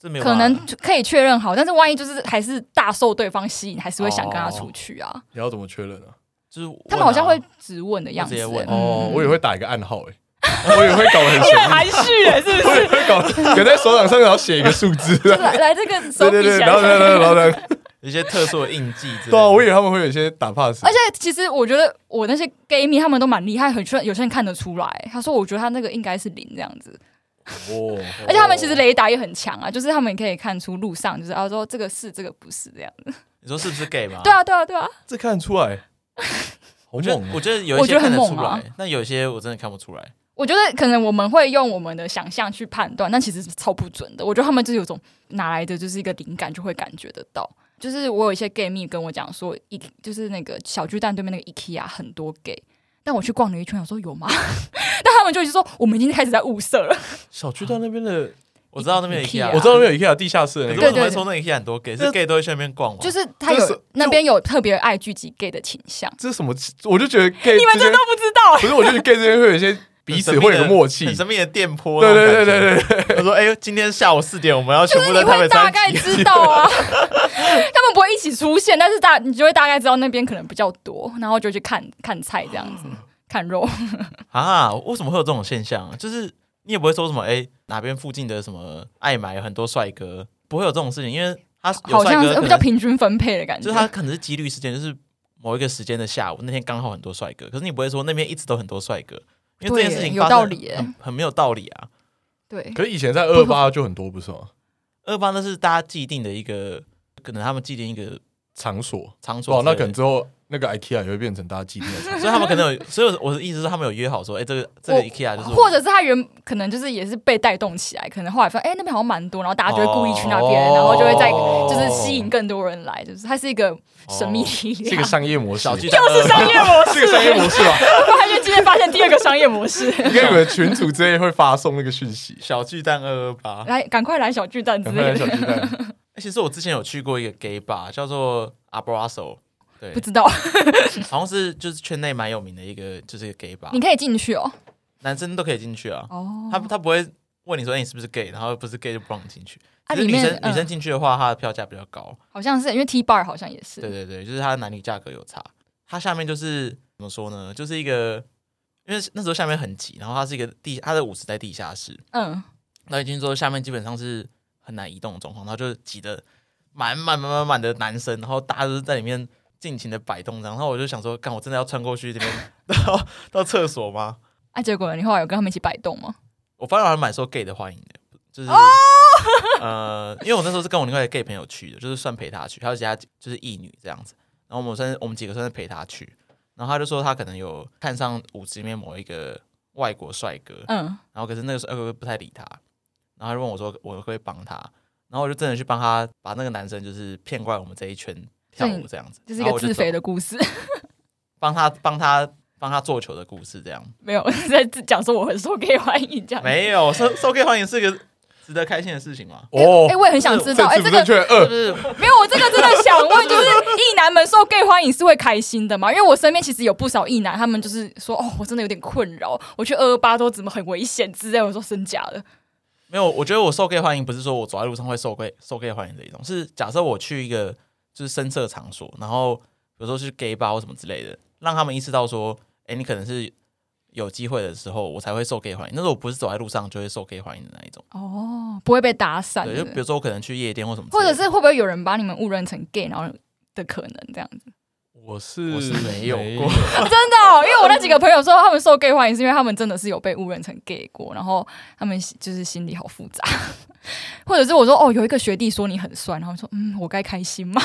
[SPEAKER 1] 这没有
[SPEAKER 3] 可
[SPEAKER 1] 办法
[SPEAKER 3] 能就可以确认好，但是万一就是还是大受对方吸引，还是会想跟他出去啊。
[SPEAKER 2] 你要怎么确认哦啊？
[SPEAKER 1] 就是问啊
[SPEAKER 3] 他们好像会质问的样子、
[SPEAKER 1] 会直接问
[SPEAKER 3] 嗯
[SPEAKER 2] 哦，我也会打一个暗号哎、我也会搞得很
[SPEAKER 3] 你
[SPEAKER 2] 神秘，
[SPEAKER 3] 很 含蓄耶，是不
[SPEAKER 2] 我也
[SPEAKER 3] 是？
[SPEAKER 2] 会搞，可在手掌上然后写一个数字，对
[SPEAKER 3] 来来，这个手
[SPEAKER 2] 对
[SPEAKER 3] 比
[SPEAKER 2] 对，
[SPEAKER 3] 起
[SPEAKER 2] 然后然后
[SPEAKER 3] 来。
[SPEAKER 2] 然后然后，
[SPEAKER 1] 有一些特殊的印记之类的。
[SPEAKER 2] 对啊，我以为他们会有一些打 pass，
[SPEAKER 3] 而且其实我觉得我那些 gay 蜜他们都蛮厉害，很确有些人看得出来。他说我觉得他那个应该是零这样子，
[SPEAKER 2] 哦，
[SPEAKER 3] 而且他们其实雷达也很强啊，就是他们也可以看出路上就是啊说这个是这个不是这样。
[SPEAKER 1] 你说是不是 gay 嘛？
[SPEAKER 3] 对啊对啊对啊，
[SPEAKER 2] 这看得出 来，好
[SPEAKER 1] 我觉得
[SPEAKER 2] 猛
[SPEAKER 1] 我
[SPEAKER 2] 哦，
[SPEAKER 1] 觉得有
[SPEAKER 3] 我
[SPEAKER 1] 一些
[SPEAKER 3] 觉得
[SPEAKER 1] 看
[SPEAKER 3] 很
[SPEAKER 1] 得
[SPEAKER 3] 猛
[SPEAKER 1] 出
[SPEAKER 3] 啊
[SPEAKER 1] 来，那有些我真的看不出来。
[SPEAKER 3] 我觉得可能我们会用我们的想象去判断，但其实是超不准的。我觉得他们就是有种哪来的就是一个灵感，就会感觉得到。就是我有一些 gay 蜜跟我讲说，一就是那个小巨蛋对面那个 IKEA 很多 gay，但我去逛了一圈，我说有吗？ 但他们就一直说我们已经开始在物色了。
[SPEAKER 2] 小区到那边的，
[SPEAKER 1] 我知道那边有
[SPEAKER 3] IKEA 啊
[SPEAKER 1] IKEA，啊
[SPEAKER 2] 我知道那边有 IKEA 地下室的那
[SPEAKER 1] 可
[SPEAKER 2] 个，
[SPEAKER 1] 是为什么
[SPEAKER 3] 对对
[SPEAKER 1] 会说那个 IKEA 很多 gay？是 gay 都会去那边逛吗？
[SPEAKER 3] 就是他
[SPEAKER 2] 这是
[SPEAKER 3] 有那边有特别爱聚集 gay 的倾向，
[SPEAKER 2] 这是什么？我就觉得 gay
[SPEAKER 3] 你们
[SPEAKER 2] 之间
[SPEAKER 3] 真的不知道、
[SPEAKER 2] 不是，我就觉得 gay 之间会有一些彼此会有个默契，
[SPEAKER 1] 很神秘的电波。
[SPEAKER 2] 对对对对对，
[SPEAKER 1] 对，他说：“哎，今天下午四点，我们要全
[SPEAKER 3] 就
[SPEAKER 1] 部
[SPEAKER 3] 是你
[SPEAKER 1] 在台
[SPEAKER 3] 会
[SPEAKER 1] 北
[SPEAKER 3] 大
[SPEAKER 1] 三
[SPEAKER 3] 概
[SPEAKER 1] 级。
[SPEAKER 3] 知道啊，他们不会一起出现，但是大你就会大概知道那边可能比较多，然后就去看看菜这样子，
[SPEAKER 1] 嗯
[SPEAKER 3] 看肉。
[SPEAKER 1] 啊，为什么会有这种现象啊？就是你也不会说什么，哎、哪边附近的什么爱买有很多帅哥，不会有这种事情，因为他有
[SPEAKER 3] 好
[SPEAKER 1] 帅
[SPEAKER 3] 像
[SPEAKER 1] 哥
[SPEAKER 3] 是呃
[SPEAKER 1] 可
[SPEAKER 3] 比较
[SPEAKER 1] 能，
[SPEAKER 3] 平均分配的感觉。
[SPEAKER 1] 就是他可能是几率事件，就是某一个时间的下午，那天刚好很多帅哥，可是你不会说那边一直都很多帅哥，因为
[SPEAKER 3] 对
[SPEAKER 1] 这件事情
[SPEAKER 3] 有
[SPEAKER 1] 发
[SPEAKER 3] 道
[SPEAKER 1] 生
[SPEAKER 3] 理耶
[SPEAKER 1] 很很没有道理啊。
[SPEAKER 3] 对，
[SPEAKER 2] 可是以前在二八就很多，不是吗？
[SPEAKER 1] 二八那是大家既定的一个，可能他们既定一个
[SPEAKER 2] 场所，
[SPEAKER 1] 场所
[SPEAKER 2] 哇，
[SPEAKER 1] 之类
[SPEAKER 2] 那
[SPEAKER 1] 的
[SPEAKER 2] 可能之后那个 IKEA 也会变成大家纪念的 场所。
[SPEAKER 1] 所以他们可能有， 所以我的意思是，他们有约好说，哎、这个这个
[SPEAKER 3] 我
[SPEAKER 1] IKEA 就是我
[SPEAKER 3] 或者是他原可能就是也是被带动起来，可能后来发现哎、那边好像蛮多，然后大家就会故意去那边，
[SPEAKER 1] 哦
[SPEAKER 3] 然后就会再
[SPEAKER 1] 哦
[SPEAKER 3] 就是吸引更多人来，就是它是一个神秘力
[SPEAKER 2] 是一个
[SPEAKER 3] 量，
[SPEAKER 2] 商业模式，
[SPEAKER 1] 小巨
[SPEAKER 2] 是
[SPEAKER 1] 蛋 就是，
[SPEAKER 3] 商业模式，
[SPEAKER 2] 一个商业模式吧？
[SPEAKER 3] 发现今天发现第二个商业模式，
[SPEAKER 2] 应该你们群主之类会发送那个讯息
[SPEAKER 1] 小巨蛋二二八。
[SPEAKER 3] 来赶快来小巨蛋之
[SPEAKER 2] 赶
[SPEAKER 3] 类
[SPEAKER 2] 快来小
[SPEAKER 3] 的，
[SPEAKER 2] 巨 蛋。
[SPEAKER 1] 哎其实我之前有去过一个 gay bar，叫做 Abrazo，对
[SPEAKER 3] 不，知道
[SPEAKER 1] 好像是就是圈内蛮有名的一个，就是一个 gay
[SPEAKER 3] 你
[SPEAKER 1] bar，
[SPEAKER 3] 可以进去哦，
[SPEAKER 1] 男生都可以进去啊。
[SPEAKER 3] 哦
[SPEAKER 1] 他他不会问你说，哎、你是不是 gay？然后不是 gay 就不让你进去。
[SPEAKER 3] 啊
[SPEAKER 1] 只是女
[SPEAKER 3] 里面
[SPEAKER 1] 生、
[SPEAKER 3] 嗯
[SPEAKER 1] 女生进去的话，它的票价比较高。
[SPEAKER 3] 好像是因为 T bar 好像也是，
[SPEAKER 1] 对对对，就是它的男女价格有差。它下面就是怎么说呢？就是一个，因为那时候下面很挤，然后它是一个地，它的舞池在地下室，
[SPEAKER 3] 嗯，
[SPEAKER 1] 那已经说下面基本上是很难移动的状况，然后就挤得满满满满满的男生，然后大家都是在里面尽情的摆动，然后我就想说，干我真的要穿过去这边到到厕所吗？
[SPEAKER 3] 啊，结果你后来有跟他们一起摆动吗？
[SPEAKER 1] 我发现还蛮受 gay 的欢迎的，就是、
[SPEAKER 3] 哦
[SPEAKER 1] 呃，因为我那时候是跟我另外一个 gay 朋友去的，就是算陪他去，还有其他就是异女这样子，然后我们算是我们几个算是陪他去，然后他就说他可能有看上舞池里面某一个外国帅哥，
[SPEAKER 3] 嗯，
[SPEAKER 1] 然后可是那个时候呃不太理他，然后他就问我说我会不会帮他，然后我就真的去帮他把那个男生就是骗过来我们这一圈跳
[SPEAKER 3] 所以
[SPEAKER 1] 舞
[SPEAKER 3] 你
[SPEAKER 1] 这样子，
[SPEAKER 3] 这是一
[SPEAKER 1] 然后
[SPEAKER 3] 个
[SPEAKER 1] 啊我就
[SPEAKER 3] 自肥
[SPEAKER 1] 走
[SPEAKER 3] 的故事，
[SPEAKER 1] 帮他帮他帮他做球的故事这 样，
[SPEAKER 3] 没有在自讲说我很受 gay 欢迎这样，
[SPEAKER 1] 没有受受 K 欢迎是个值得开心的事情 嘛？
[SPEAKER 2] 哦
[SPEAKER 3] 哎、，我也很想知道，哎、
[SPEAKER 2] 这
[SPEAKER 3] 这
[SPEAKER 2] 次
[SPEAKER 3] 个
[SPEAKER 2] 正确
[SPEAKER 1] 是
[SPEAKER 2] 二
[SPEAKER 1] 不是？
[SPEAKER 3] 没有，我这个真的想问，就是异男们受 gay 欢迎是会开心的吗？因为我身边其实有不少异男，他们就是说，哦，我真的有点困扰，我去二二八都怎么很危险之类。我说真假的，
[SPEAKER 1] 没有，我觉得我受 gay 欢迎不是说我走在路上会受 gay 受 gay 欢迎的一种，是假设我去一个就是深色场所，然后比如说去 gay 吧或什么之类的，让他们意识到说，哎，你可能是有机会的时候，我才会受 gay 欢迎。但是我不是走在路上就会受 gay 欢迎的那一种。
[SPEAKER 3] 哦，不会被打散
[SPEAKER 1] 对，就比
[SPEAKER 3] 的，
[SPEAKER 1] 如说我可能去夜店或什么之
[SPEAKER 3] 或
[SPEAKER 1] 类的，
[SPEAKER 3] 者是会不会有人把你们误认成 gay，然后的可能这样 子？
[SPEAKER 2] 我是
[SPEAKER 1] 我是没有过，
[SPEAKER 3] 真的哦、因为我那几个朋友说他们受 gay 欢迎，是因为他们真的是有被误认成 gay 过，然后他们就是心里好复杂。 或者是我说哦，有一个学弟说你很帅，然后说嗯，我该开心吗？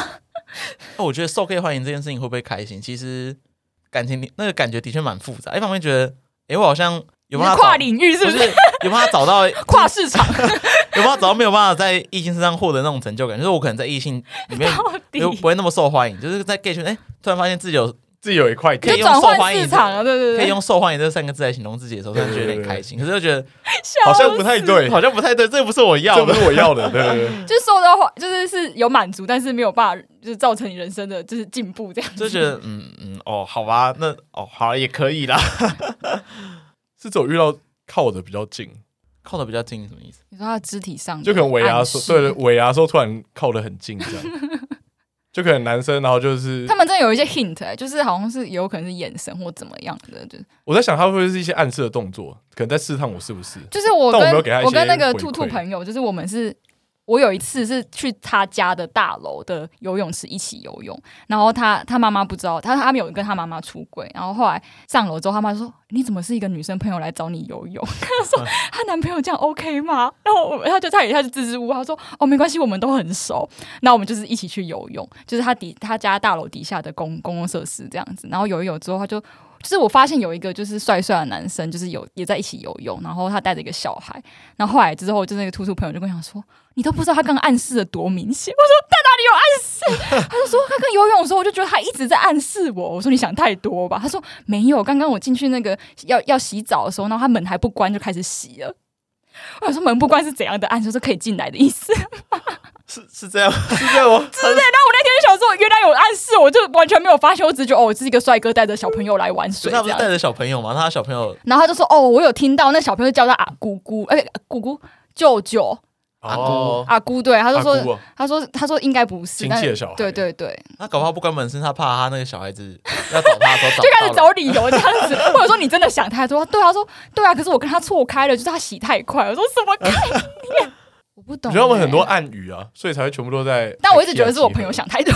[SPEAKER 1] 那我觉得受 gay 欢迎这件事情会不会开心？其实感情里那个感觉的确蛮复杂。一方面觉得，哎，我好像有办法
[SPEAKER 3] 跨
[SPEAKER 1] 找
[SPEAKER 3] 领域是
[SPEAKER 1] 不
[SPEAKER 3] 不
[SPEAKER 1] 是
[SPEAKER 3] 是？
[SPEAKER 1] 有办法找到
[SPEAKER 3] 跨市场
[SPEAKER 1] 有办法找到没有办法在异性身上获得那种成就感，就是我可能在异性里面
[SPEAKER 3] 到底
[SPEAKER 1] 就不会那么受欢迎，就是在 gay 圈，哎、突然发现自己有
[SPEAKER 2] 自己有一块地
[SPEAKER 1] 可以
[SPEAKER 3] 就
[SPEAKER 1] 用
[SPEAKER 3] 转
[SPEAKER 1] 受
[SPEAKER 3] 换
[SPEAKER 1] 欢迎
[SPEAKER 3] 市场啊，对
[SPEAKER 1] 可
[SPEAKER 3] 对
[SPEAKER 1] 以
[SPEAKER 3] 对，
[SPEAKER 1] 用受欢迎这三个字来形容自己的时候，突然觉得有点开心，可是又觉得嗯
[SPEAKER 3] 笑
[SPEAKER 2] 好像不太对，
[SPEAKER 1] 好像不太对，这不是我要
[SPEAKER 2] 这不
[SPEAKER 1] 的。
[SPEAKER 2] 是我要的，对对对。
[SPEAKER 3] 就是受到就是是有满足，但是没有办法就是造成你人生的就是进步这样子。
[SPEAKER 1] 就觉得嗯嗯哦，好吧，那哦好了也可以 啦。
[SPEAKER 2] 是走遇到靠的比较近，
[SPEAKER 1] 靠的比较近是什么意思？
[SPEAKER 3] 你说他的肢体上的
[SPEAKER 2] 就可能尾牙
[SPEAKER 3] 暗
[SPEAKER 2] 说，
[SPEAKER 3] 示
[SPEAKER 2] 对对，，尾牙说突然靠的很近这 样，就可能男生，然后就是
[SPEAKER 3] 他们真的有一些 hint，、欸、就是好像是有可能是眼神或怎么样的，就是
[SPEAKER 2] 我在想他会不会是一些暗示的动作，可能在试探我是不是。
[SPEAKER 3] 就是我
[SPEAKER 2] 但我
[SPEAKER 3] 跟
[SPEAKER 2] 没有给他一些
[SPEAKER 3] 我跟那
[SPEAKER 2] 回
[SPEAKER 3] 个
[SPEAKER 2] 馈
[SPEAKER 3] 兔兔朋友，就是我们是。我有一次是去他家的大楼的游泳池一起游泳，然后他他妈妈不知道，他他们有跟他妈妈出轨，然后后来上楼之后，他妈就说：“你怎么是一个女生朋友来找你游泳？” 他
[SPEAKER 2] 嗯
[SPEAKER 3] 说：“她男朋友这样 OK 吗？”然后我 他就他也他就支支吾吾，他说：“哦，没关系，我们都很熟。”那我们就是一起去游泳，就是他底他家大楼底下的公公共设施这样子，然后游一游之后，他就就是我发现有一个就是帅帅的男生，就是有也在一起游泳，然后他带着一个小孩，然后后来之后就那个兔兔朋友就跟我讲说，你都不知道他刚刚暗示的多明显，我说他哪里有暗示？他就说他刚游泳的时候，我就觉得他一直在暗示我，我说你想太多吧，他说没有，刚刚我进去那个要要洗澡的时候，然后他门还不关就开始洗了。我想说门不关是怎样的暗示？是可以进来的意思。然后
[SPEAKER 1] 是是这样，是这样吗？
[SPEAKER 3] 我那天就想说，原来有暗示，我就完全没有发现，我只是觉得哦，这是一个帅哥带着小朋友来玩
[SPEAKER 1] 所以
[SPEAKER 3] 水这
[SPEAKER 1] 他
[SPEAKER 3] 样
[SPEAKER 1] 不是带着小朋友吗？那他小朋友
[SPEAKER 3] 然后他就说：“哦，我有听到那小朋友叫他阿姑姑，哎、姑姑舅舅
[SPEAKER 1] 阿姑，
[SPEAKER 2] 哦，
[SPEAKER 3] 阿姑，对，他就
[SPEAKER 2] 阿姑
[SPEAKER 3] 说，
[SPEAKER 2] 哦
[SPEAKER 3] 他说，他说应该不是，
[SPEAKER 2] 亲
[SPEAKER 3] 但
[SPEAKER 2] 戚的小孩
[SPEAKER 3] 对对对，
[SPEAKER 1] 那搞不好不关门是他怕他那个小孩子要找他的时候
[SPEAKER 3] 就开始
[SPEAKER 1] 找不到了
[SPEAKER 3] 找理由这样子，或者说你真的想太多，对啊，他说对啊，可是我跟他错开了，就是他洗太快，我说什么概念？ 我不
[SPEAKER 2] 我
[SPEAKER 3] 懂、
[SPEAKER 2] 觉得他们很多
[SPEAKER 3] 欸，
[SPEAKER 2] 暗语啊，所以才会全部都在。
[SPEAKER 3] 但我一直觉得是我朋友，想太多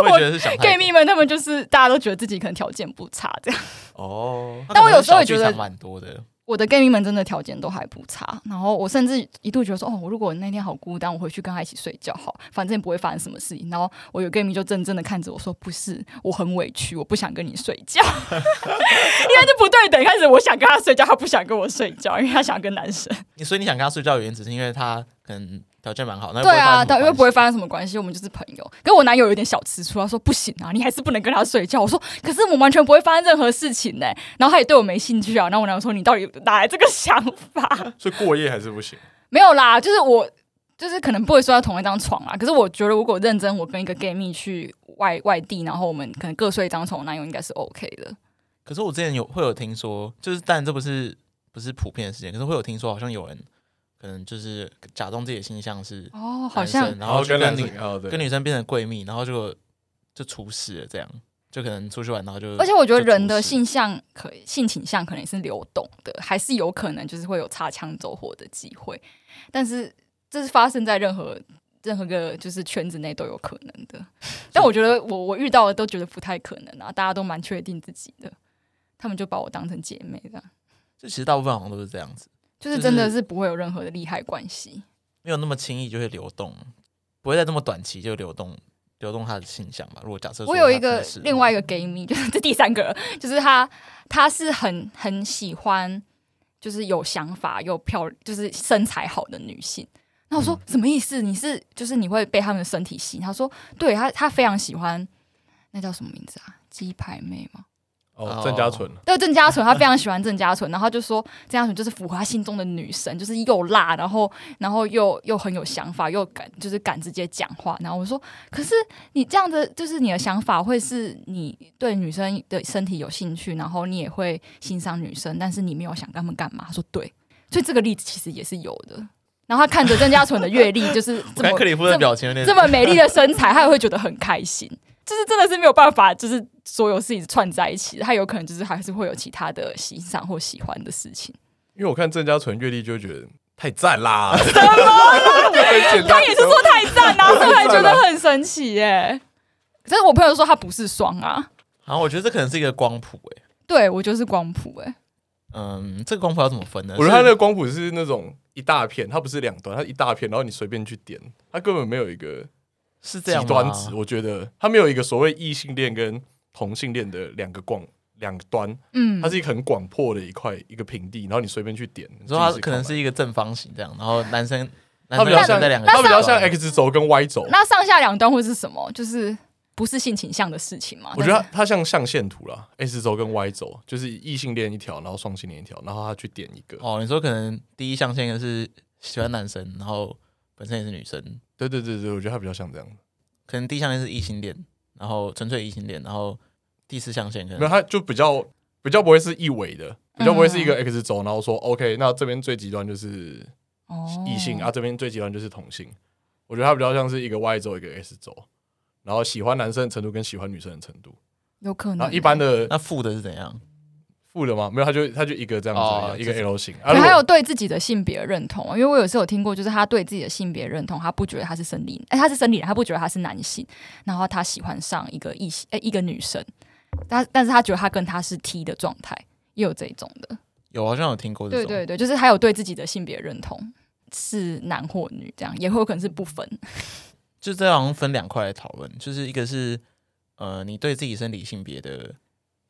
[SPEAKER 1] 我也觉得是想太多
[SPEAKER 3] ，gay 蜜们他们就是大家都觉得自己可能条件不差这样，
[SPEAKER 2] 哦，
[SPEAKER 1] 那
[SPEAKER 3] 但我
[SPEAKER 1] 可能
[SPEAKER 3] 有时候也
[SPEAKER 1] 小剧
[SPEAKER 3] 觉得
[SPEAKER 1] 场蛮多的，
[SPEAKER 3] 我的 gay 迷们真的条件都还不差，然后我甚至一度觉得说，哦，我如果那天好孤单，我回去跟他一起睡觉好，反正也不会发生什么事情。然后我有 gay 迷就真正的看着我说，不是，我很委屈，我不想跟你睡觉， 应该是不对等。一开始我想跟他睡觉，他不想跟我睡觉，因为他想跟男生。
[SPEAKER 1] 你所以你想跟他睡觉的原因，只是因为他可能条件蛮好，那又不会发
[SPEAKER 3] 对
[SPEAKER 1] 生什么
[SPEAKER 3] 啊，但因为
[SPEAKER 1] 关系
[SPEAKER 3] 不会发生什么关系，我们就是朋友。可是我男友有点小吃醋，他说不行啊，你还是不能跟他睡觉。我说可是我完全不会发生任何事情呢、然后他也对我没兴趣啊。然后我男友说你到底哪来这个想法？
[SPEAKER 2] 所以过夜还是不行。
[SPEAKER 3] 没有啦，就是我就是可能不会睡在同一张床啊啦。可是我觉得如果认真，我跟一个 gay 蜜去外外地，然后我们可能各睡一张床，我男友应该是 OK 的。
[SPEAKER 1] 可是我之前有会有听说，就是但这不是不是普遍的事件，可是会有听说好像有人可能就是假装自己的形象是
[SPEAKER 3] 哦，好
[SPEAKER 1] 男生，
[SPEAKER 3] 像
[SPEAKER 1] 然后就跟
[SPEAKER 2] 男
[SPEAKER 1] 女
[SPEAKER 2] 生哦，对，
[SPEAKER 1] 跟女生变成闺蜜，然后就就出事了，这样就可能出去玩，然后就
[SPEAKER 3] 而且我觉得人
[SPEAKER 1] 就
[SPEAKER 3] 的
[SPEAKER 1] 出事
[SPEAKER 3] 性向可性倾向可能也是流动的，还是有可能就是会有擦枪走火的机会，但是这是发生在任何任何个就是圈子内都有可能 的。但我觉得我我遇到的都觉得不太可能啊，大家都蛮确定自己的，他们就把我当成姐妹这样，
[SPEAKER 1] 就其实大部分好像都是这样子，
[SPEAKER 3] 就是真的是不会有任何的利害关系。
[SPEAKER 1] 没有那么轻易就会流动，不会在这么短期就流动流动他的倾向吧。如果假设说
[SPEAKER 3] 我有
[SPEAKER 1] 他
[SPEAKER 3] 一个
[SPEAKER 1] 真的是
[SPEAKER 3] 另外一个 gay 蜜，就是 这第三个了，就是他，他是很很喜欢，就是有想法又漂亮，就是身材好的女性。那
[SPEAKER 1] 嗯
[SPEAKER 3] 我说、什么意思？你是就是你会被他们的身体吸引？他说，对他他非常喜欢，那叫什么名字啊？鸡排妹吗？
[SPEAKER 2] 哦，郑家纯
[SPEAKER 3] 对郑嘉纯，他非常喜欢郑嘉纯，然后他就说郑嘉纯就是符合他心中的女神，就是又辣，然后然后又又很有想法，又敢就是敢直接讲话。然后我说，可是你这样的就是你的想法会是你对女生的身体有兴趣，然后你也会欣赏女生，但是你没有想跟他们干嘛。他说对，所以这个例子其实也是有的。然后他看着郑嘉纯的阅历，就是
[SPEAKER 1] 我
[SPEAKER 3] 这么
[SPEAKER 1] 看克里夫的表情有点
[SPEAKER 3] 这么美丽的身材，他也会觉得很开心。就是真的是没有办法，就是所有事情串在一起的，他有可能就是还是会有其他的欣赏或喜欢的事情。
[SPEAKER 2] 因为我看郑家纯阅历就会觉得太赞 啦，什么
[SPEAKER 3] 啊
[SPEAKER 2] 啊
[SPEAKER 3] 他也是说太赞啦、所以我还觉得很神奇耶、可是我朋友说他不是双啊，
[SPEAKER 1] 好，我觉得这可能是一个光谱诶、
[SPEAKER 3] 对我就是光谱哎、
[SPEAKER 1] 嗯，这个光谱要怎么分呢？
[SPEAKER 2] 我觉得他那
[SPEAKER 1] 是
[SPEAKER 2] 个光谱是那种一大片，它不是两端，它一大片，然后你随便去点，它根本没有一个
[SPEAKER 1] 是
[SPEAKER 2] 极
[SPEAKER 1] 这样吗
[SPEAKER 2] 端值。我觉得它没有一个所谓异性恋跟同性恋的两个广两个端，
[SPEAKER 3] 嗯
[SPEAKER 2] 它，是一个很广阔的一块一个平地，然后你随便去点。你
[SPEAKER 1] 你说他可能是一个正方形这样，然后男生男生要
[SPEAKER 2] 像
[SPEAKER 1] 生在两个，
[SPEAKER 2] 它比较像
[SPEAKER 1] 哎，
[SPEAKER 2] X 轴跟 Y 轴，
[SPEAKER 3] 那上下两端会是什么？就是不是性倾向的事情吗？
[SPEAKER 2] 我觉得
[SPEAKER 3] 但
[SPEAKER 2] 它它像象限图啦，X 轴跟 Y 轴就是异性恋一条，然后双性恋一条，然后他去点一个。
[SPEAKER 1] 哦，你说可能第一象限是喜欢男生，然后本身也是女生，
[SPEAKER 2] 对对对对，我觉得它比较像这样。
[SPEAKER 1] 可能第一象限是异性恋，然后纯粹异性恋，然后第四象限可
[SPEAKER 2] 没有，
[SPEAKER 1] 能
[SPEAKER 2] 它就比较比较不会是一维的，比较不会是一个
[SPEAKER 3] 嗯
[SPEAKER 2] X 轴，然后说 OK，那这边最极端就是
[SPEAKER 3] 是哦
[SPEAKER 2] 异性、啊，这边最极端就是同性。我觉得它比较像是一个 Y 轴一个 S 轴，然后喜欢男生的程度跟喜欢女生的程度。
[SPEAKER 3] 有
[SPEAKER 1] 嗯
[SPEAKER 3] 可
[SPEAKER 2] 然
[SPEAKER 3] 能、
[SPEAKER 2] 后一般的
[SPEAKER 1] 那负的是怎样？
[SPEAKER 2] 负的吗？没有，他就他就一个这样子而
[SPEAKER 1] 哦
[SPEAKER 2] 已啊，一个
[SPEAKER 1] 就是
[SPEAKER 2] L 型。啊
[SPEAKER 3] 可
[SPEAKER 2] 如
[SPEAKER 3] 还有
[SPEAKER 2] 果
[SPEAKER 3] 对自己的性别认同，因为我有时候有听过，就是他对自己的性别认同，他不觉得他是生理，哎、他是生理人，他不觉得他是男性，然后他喜欢上一个异性，哎、一个女生，但但是他觉得他跟他是 T 的状态，也有这种的，
[SPEAKER 1] 有好像有听过这
[SPEAKER 3] 对
[SPEAKER 1] 种，
[SPEAKER 3] 对对，就是还有对自己的性别认同是男或女，这样也会有可能是不分，
[SPEAKER 2] 哎
[SPEAKER 1] 就这好像分两块来讨论，就是一个是呃，你对自己生理性别的，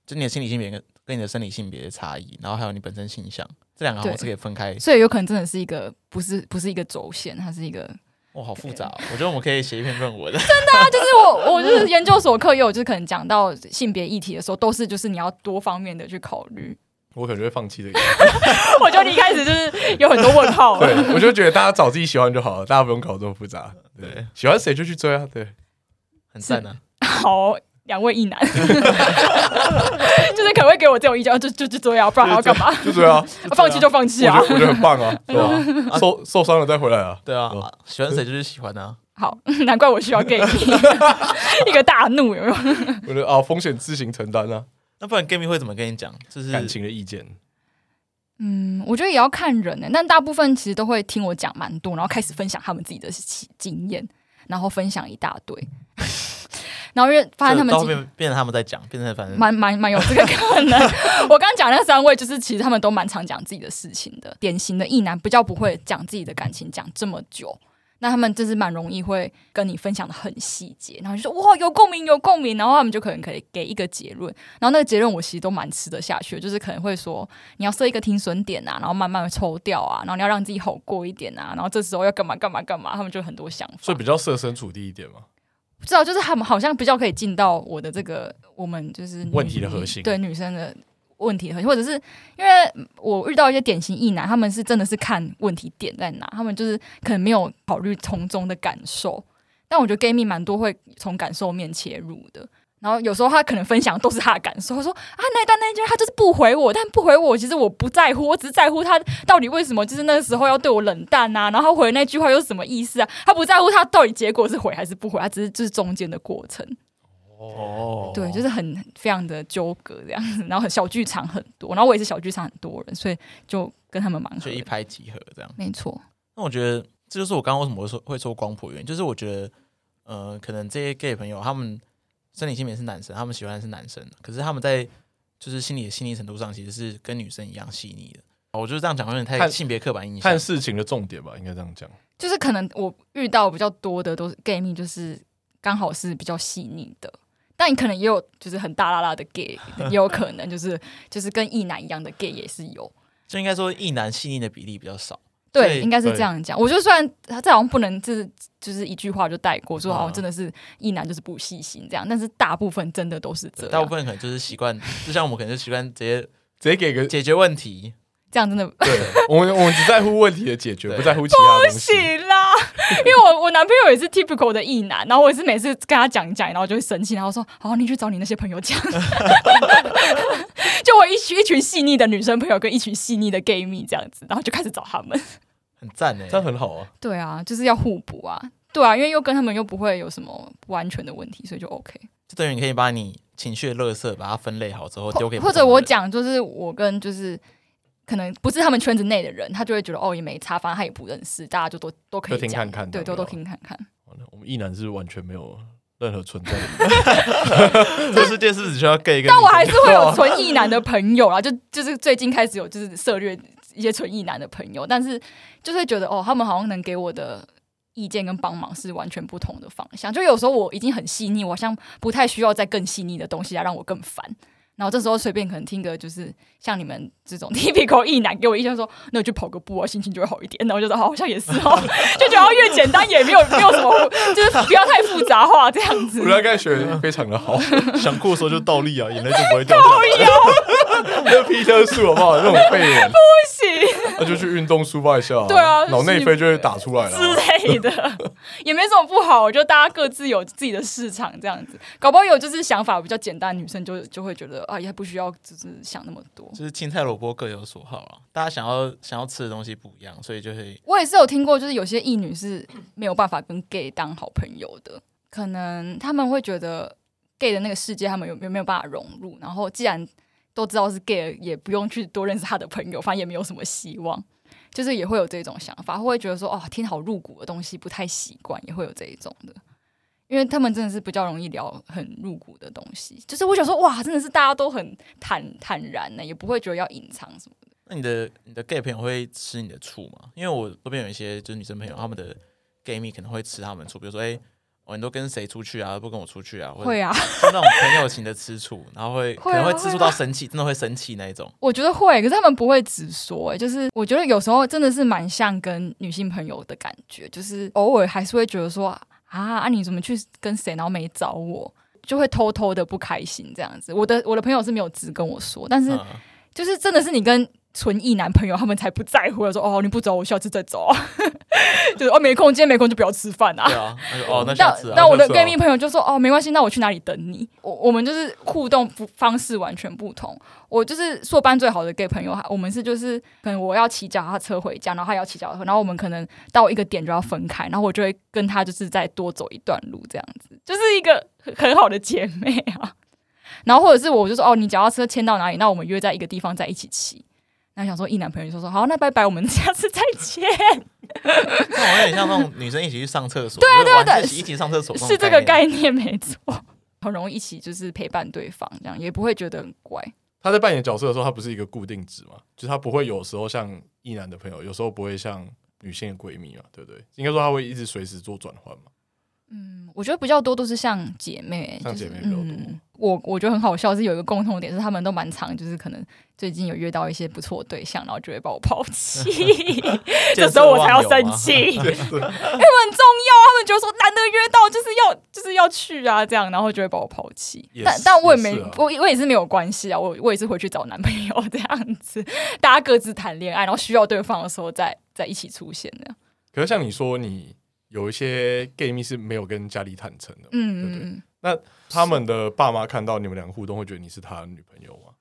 [SPEAKER 1] 就你的心理性别跟跟你的生理性别的差异，然后还有你本身性向，这两个好像
[SPEAKER 3] 对
[SPEAKER 1] 是可以分开。
[SPEAKER 3] 所以有可能真的是一个不是不是一个轴线，它是一个啊
[SPEAKER 1] 哇，好复杂、哦，我觉得我们可以写一篇论 文。
[SPEAKER 3] 就是我，我就是研究所课也有，就是可能讲到性别议题的时候，都是就是你要多方面的去考虑。
[SPEAKER 2] 我可能就会放弃这 个。
[SPEAKER 3] 我觉得你一开始就是有很多问号。
[SPEAKER 2] 对，我就觉得大家找自己喜欢就好了，大家不用搞这么复杂。对
[SPEAKER 1] 对，
[SPEAKER 2] 喜欢谁就去追啊。对，
[SPEAKER 1] 很赞啊！
[SPEAKER 3] 好，两位一男， 就是可能会给我这种意见，哦就就就这样，不然还要干嘛？
[SPEAKER 2] 就追 啊，
[SPEAKER 1] 就
[SPEAKER 3] 放弃就放
[SPEAKER 2] 我
[SPEAKER 3] 弃
[SPEAKER 2] 觉
[SPEAKER 3] 啊
[SPEAKER 2] 得。我觉得很棒 啊，对
[SPEAKER 1] 对
[SPEAKER 2] 吧？
[SPEAKER 1] 啊，
[SPEAKER 2] 受受伤了再回来啊。
[SPEAKER 1] 对
[SPEAKER 2] 嗯
[SPEAKER 1] 啊，喜欢谁就是喜欢啊。
[SPEAKER 3] 好， 难怪我需要给 你一个大怒，有没有？
[SPEAKER 2] 我觉得啊，风险自行承担啊，
[SPEAKER 1] 那不然 Gammy 会怎么跟你讲？就是
[SPEAKER 2] 感情的意见。
[SPEAKER 3] 嗯，我觉得也要看人呢、但大部分其实都会听我讲蛮多，然后开始分享他们自己的经经验，然后分享一大堆。 然后因为发现他们
[SPEAKER 1] 到后
[SPEAKER 3] 几
[SPEAKER 1] 面变成他们在讲，变成反正
[SPEAKER 3] 蛮蛮蛮有这个可能。 我刚刚讲那三位，就是其实他们都蛮常讲自己的事情的，典型的异男比较不会讲自己的感情讲这么久。那他们就是蛮容易会跟你分享的很细节，然后就说哇有共鸣有共鸣，然后他们就可能可以给一个结论，然后那个结论我其实都蛮吃得下去的，就是可能会说你要设一个停损点啊，然后慢慢抽掉啊，然后你要让自己好过一点啊，然后这时候要干嘛干嘛干嘛，他们就有很多想法。
[SPEAKER 2] 所以比较设身处地一点嘛。
[SPEAKER 3] 不知道，就是他们好像比较可以进到我的这个我们就是女
[SPEAKER 2] 问题的核心
[SPEAKER 3] 对女生的问题的核心，或者是因为我遇到一些典型异男，他们是真的是看问题点在哪，他们就是可能没有考虑从中的感受，但我觉得 gay 蜜蛮多会从感受面切入的。然后有时候他可能分享都是他的感受，他说啊那一段那一段他就是不回我，但不回我其实我不在乎，我只是在乎他到底为什么就是那个时候要对我冷淡啊，然后他回那句话又是什么意思啊？他不在乎他到底结果是回还是不回，他只是就是中间的过程，
[SPEAKER 2] 哦
[SPEAKER 3] 对，就是很非常的纠葛这样子。然后小剧场很多，然后我也是小剧场很多人，所以就跟他们蛮合
[SPEAKER 1] 就一
[SPEAKER 3] 的。
[SPEAKER 1] 拍即合这样。
[SPEAKER 3] 没错，
[SPEAKER 1] 那我觉得这就是我刚刚为什么会说会说光谱原因，就是我觉得，呃，可能这些 gay 朋友他们生理性别是男生，他们喜欢的是男生，可是他们在就是心理的细腻程度上，其实是跟女生一样细腻的。我就是这样讲，有点太
[SPEAKER 2] 看
[SPEAKER 1] 性别刻板印象
[SPEAKER 2] 看。事情的重点吧，应该这样讲。
[SPEAKER 3] 就是可能我遇到比较多的都是 gay 蜜，就是刚好是比较细腻的。但你可能也有就是很大拉拉的 gay，也有可能就是就是跟异男一样的 gay 也是有。
[SPEAKER 1] 就应该说，异男细腻的比例比较少。所
[SPEAKER 3] 对，
[SPEAKER 1] 以
[SPEAKER 3] 应该是
[SPEAKER 2] 对
[SPEAKER 3] 这样讲。我觉得虽然他这好像不能就是就是一句话就带过，说
[SPEAKER 1] 嗯
[SPEAKER 3] 哦真的是一男就是不细心这样，但是大部分真的都是这
[SPEAKER 1] 大部分
[SPEAKER 3] 样，
[SPEAKER 1] 可能就是习惯，就像我们可能就习惯直接
[SPEAKER 2] 直接给个
[SPEAKER 1] 解决问题，
[SPEAKER 3] 这样真的
[SPEAKER 2] 对， 我们我们只在乎问题的解决，
[SPEAKER 1] 对
[SPEAKER 2] 不在乎其他
[SPEAKER 3] 不
[SPEAKER 2] 东西。
[SPEAKER 3] 行啦。因为我我男朋友也是 typical 的异男，然后我也是每次跟他讲一讲，然后就会生气，然后说好你去找你那些朋友讲。 就我一群一群细腻的女生朋友跟一群细腻的 gay 蜜这样子，然后就开始找他们。
[SPEAKER 1] 很赞哎、
[SPEAKER 2] 这样很好啊，
[SPEAKER 3] 对啊，就是要互补啊。对啊，因为又跟他们又不会有什么不安全的问题，所以就 OK。
[SPEAKER 1] 就等于你可以把你情绪的垃圾把它分类好之后
[SPEAKER 3] 或
[SPEAKER 1] 丢给不
[SPEAKER 3] 或
[SPEAKER 1] 同的
[SPEAKER 3] 者我
[SPEAKER 1] 人
[SPEAKER 3] 讲，就是我跟就是可能不是他们圈子内的人，他就会觉得哦也没差，反正他也不认识，大家就都都可以
[SPEAKER 2] 就听
[SPEAKER 3] 讲
[SPEAKER 2] 看看
[SPEAKER 3] 对，
[SPEAKER 2] 这
[SPEAKER 3] 都
[SPEAKER 2] 样
[SPEAKER 3] 都
[SPEAKER 2] 对吧
[SPEAKER 3] 听看看。
[SPEAKER 2] 完了我们一男是完全没有任何存在的。
[SPEAKER 1] 这世界是只需要 gay 跟啊
[SPEAKER 3] 但我
[SPEAKER 1] 女生
[SPEAKER 3] 还是会
[SPEAKER 1] 哦
[SPEAKER 3] 有纯意男的朋友啦，啊就就是最近开始有就是涉略一些纯意男的朋友，但是就是会觉得哦，他们好像能给我的。意见跟帮忙是完全不同的方向，就有时候我已经很细腻，我好像不太需要再更细腻的东西啊来让我更烦。然后这时候随便可能听个就是像你们这种 typical 意男给我意见说，那我去跑个步啊，心情就会好一点。然后我就说好像也是哦， 就觉得越简单也没有没有什么，就是不要太复杂化这样子。
[SPEAKER 2] 我大概学得非常的 好，
[SPEAKER 1] 想哭的时候就倒立啊，眼泪就不会掉下来。
[SPEAKER 2] 那皮特树好不好？那种废人，
[SPEAKER 3] 行。
[SPEAKER 2] 那就去运动抒发一下、
[SPEAKER 3] 对啊
[SPEAKER 2] 脑内啡就会打出来了、啊。
[SPEAKER 3] 之类的， 也没什么不好。我觉得大家各自有自己的市场，这样子，搞不好有就是想法比较简单，的女生就就会觉得啊，也不需要就是想那么多。
[SPEAKER 1] 就是青菜萝卜各有所好啊，大家想要想要吃的东西不一样，所以就会
[SPEAKER 3] 我也是有听过，就是有些异女是没有办法跟 gay 当好朋友的，可能他们会觉得 gay 的那个世界他们有有没有办法融入，然后既然都知道是 gay，了也不用去多认识他的朋友，反正也没有什么希望，就是也会有这种想法，会觉得说哦，听好入骨的东西不太习惯，也会有这一种的。因为他们真的是比较容易聊很入骨的东西，就是我想说，哇，真的是大家都很坦坦然呢、也不会觉得要隐藏什么。
[SPEAKER 1] 那你的你的 gay 朋友会吃你的醋吗？因为我周边有一些就是女生朋友，她们的 gay 蜜可能会吃她们的醋，比如说哎、哦，你都跟谁出去啊？不跟我出去啊？或者
[SPEAKER 3] 会啊，
[SPEAKER 1] 就那种朋友型的吃醋，然后会可
[SPEAKER 3] 会啊
[SPEAKER 1] 能会吃醋到生气，真的会生气那一种。
[SPEAKER 3] 我觉得会，可是他们不会直说、欸，就是我觉得有时候真的是蛮像跟女性朋友的感觉，就是偶尔还是会觉得说啊啊，你怎么去跟谁，然后没找我，就会偷偷的不开心这样子。我的我的朋友是没有直跟我说，但是
[SPEAKER 1] 嗯，
[SPEAKER 3] 就是真的是你跟纯意男朋友，他们才不在乎，说哦你不找我，下次再找啊， 就是哦没空，今天没空就不要吃饭啊
[SPEAKER 1] 对。啊，那 就哦那
[SPEAKER 3] 那
[SPEAKER 1] 下次啊，
[SPEAKER 3] 那我的
[SPEAKER 2] 下次啊
[SPEAKER 3] gay 蜜朋友就说哦，没关系，那我去哪里等你？我我们就是互动不方式完全不同。我就是硕班最好的 gay 朋友，我们是就是可能我要骑脚踏车回家，然后他也要骑脚踏车，然后我们可能到一个点就要分开，然后我就会跟他就是再多走一段路这样子，就是一个很很好的姐妹啊。 然后或者是我就说哦，你脚踏车牵到哪里？那我们约在一个地方再一起骑。那想说一男朋友就说好，那拜拜，我们下次再见。
[SPEAKER 1] 那好像有点像那种女生一起去上厕所，对啊对
[SPEAKER 3] 对
[SPEAKER 1] 一起上厕所，
[SPEAKER 3] 是这个概念没错。很容易一起就是陪伴对方，这样也不会觉得很怪。
[SPEAKER 2] 他在扮演角色的时候，他不是一个固定值嘛，就是他不会有时候像异男的朋友，有时候不会像女性的闺蜜嘛，对不对？应该说他会一直随时做转换嘛。
[SPEAKER 3] 嗯，我觉得比较多都是像姐妹，
[SPEAKER 2] 像
[SPEAKER 3] 就是
[SPEAKER 2] 姐妹比较多
[SPEAKER 3] 嗯、我我觉得很好笑，是有一个共同点，是他们都蛮常，就是可能最近有约到一些不错的对象，然后就会把我抛弃，这时候我才要生
[SPEAKER 2] 啊
[SPEAKER 3] 气， 因为很重要。他们觉得说难得约到，就是要就是要去啊，这样，然后就会把我抛弃
[SPEAKER 2] 也。
[SPEAKER 3] 但
[SPEAKER 2] 是
[SPEAKER 3] 但我也
[SPEAKER 2] 也
[SPEAKER 3] 没
[SPEAKER 2] 是啊
[SPEAKER 3] 我我也是没有关系啊，我我也是回去找男朋友 这样子，大家各自谈恋爱，然后需要对方的时候再再一起出现这样。
[SPEAKER 2] 可是像你说，你有一些 gay 蜜是没有跟家里坦诚的嘛，对不
[SPEAKER 3] 嗯嗯
[SPEAKER 2] 对？
[SPEAKER 3] 嗯。
[SPEAKER 2] 那他们的爸妈看到你们两个互动，会觉得你是他的女朋友吗？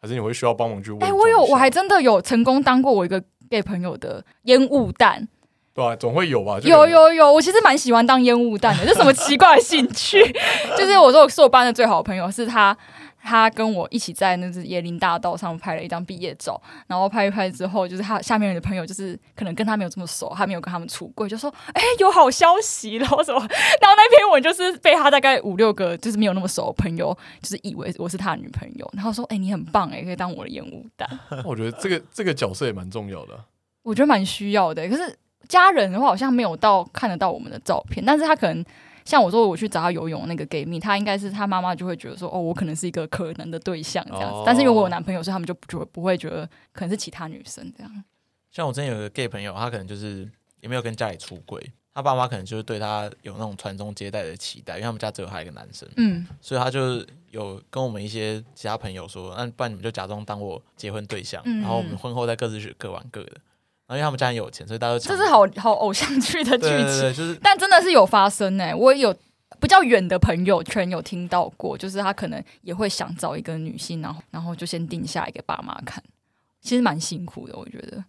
[SPEAKER 2] 还是你会需要帮忙去伪装
[SPEAKER 3] 哎、
[SPEAKER 2] 一下？
[SPEAKER 3] 我有，我还真的有成功当过我一个 gay 朋友的烟雾弹，
[SPEAKER 2] 对啊，总会有吧？就
[SPEAKER 3] 有
[SPEAKER 2] 可能
[SPEAKER 3] 有有，我其实蛮喜欢当烟雾弹的，这什么奇怪的兴趣？ 就是我说我是我班的最好的朋友，是他，他跟我一起在那只椰林大道上拍了一张毕业照，然后拍一拍之后，就是他下面的朋友就是可能跟他没有这么熟，他没有跟他们出柜，就说哎、有好消息了然后什么， 然后那篇文就是被他大概五六个就是没有那么熟的朋友，就是以为我是他的女朋友，然后说哎、你很棒哎、可以当我的烟雾弹。
[SPEAKER 2] 我觉得这个这个角色也蛮重要的啊、
[SPEAKER 3] 我觉得蛮需要的。可是家人的话，好像没有到看得到我们的照片，但是他可能像我说我去找他游泳那个 gay 蜜，他应该是他妈妈就会觉得说，哦，我可能是一个可能的对象这样子。
[SPEAKER 2] 哦
[SPEAKER 3] 但是因为我有男朋友，所以他们就不就不会觉得可能是其他女生这样。
[SPEAKER 1] 像我之前有个 gay 朋友，他可能就是也没有跟家里出轨，他爸妈可能就是对他有那种传宗接代的期待，因为他们家只有他一个男生，
[SPEAKER 3] 嗯，
[SPEAKER 1] 所以他就有跟我们一些其他朋友说，那不然你们就假装当我结婚对象，
[SPEAKER 3] 嗯
[SPEAKER 1] 然后我们婚后再各自去各玩各的。然后因为他们家很有钱，所以大家都抢
[SPEAKER 3] 这是好好偶像剧的剧
[SPEAKER 1] 对对对
[SPEAKER 3] 情，
[SPEAKER 1] 对，就是
[SPEAKER 3] 但真的是有发生呢、我也有。比较远的朋友圈有听到过，就是他可能也会想找一个女性，然后然后就先定下来给爸妈看，其实蛮辛苦的，我觉得。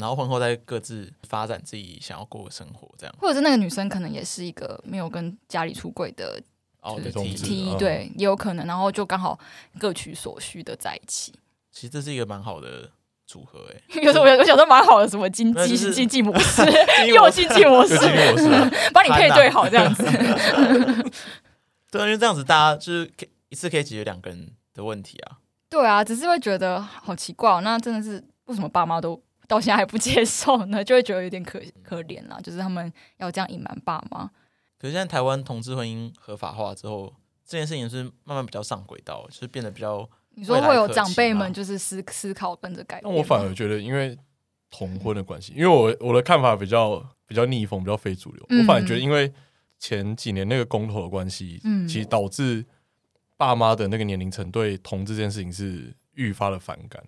[SPEAKER 1] 然后婚后再各自发展自己想要过的生活，这样。
[SPEAKER 3] 或者是那个女生可能也是一个没有跟家里出柜的
[SPEAKER 1] 哦，
[SPEAKER 3] 就是
[SPEAKER 1] 对
[SPEAKER 2] 同志
[SPEAKER 3] T，
[SPEAKER 2] 嗯
[SPEAKER 3] 对，也有可能，然后就刚好各取所需的在一 起。
[SPEAKER 1] 其实这是一个蛮好的组合欸诶、
[SPEAKER 3] 有时候我我想说蛮好的，什么经
[SPEAKER 1] 没有
[SPEAKER 3] 济
[SPEAKER 1] 就是
[SPEAKER 3] 经济模 式，
[SPEAKER 1] 因为
[SPEAKER 3] 又
[SPEAKER 1] 我
[SPEAKER 3] 经济模式
[SPEAKER 2] 就，是因为我是啊
[SPEAKER 3] 把你配对好 这样子。
[SPEAKER 1] 对啊，因为这样子大家就是可以一次可以解决两个人的问题啊。
[SPEAKER 3] 对啊，只是会觉得好奇怪、哦，那真的是为什么爸妈都到现在还不接受呢？ 就会觉得有点可可怜啦，就是他们要这样隐瞒爸妈。
[SPEAKER 1] 可是现在台湾同志婚姻合法化之后，这件事情是慢慢比较上轨道，就是变得比较
[SPEAKER 3] 你说
[SPEAKER 1] 未来
[SPEAKER 3] 会有
[SPEAKER 1] 可
[SPEAKER 3] 长
[SPEAKER 1] 期
[SPEAKER 3] 辈
[SPEAKER 1] 嘛
[SPEAKER 3] 们就是思思考跟着改
[SPEAKER 2] 那
[SPEAKER 3] 变吗？
[SPEAKER 2] 我反而觉得，因为同婚的关系，因为我我的看法比较比较逆风，比较非主流。
[SPEAKER 3] 嗯
[SPEAKER 2] 我反而觉得，因为前几年那个公投的关系，
[SPEAKER 3] 嗯
[SPEAKER 2] 其实导致爸妈的那个年龄层对同志这件事情是愈发的反感，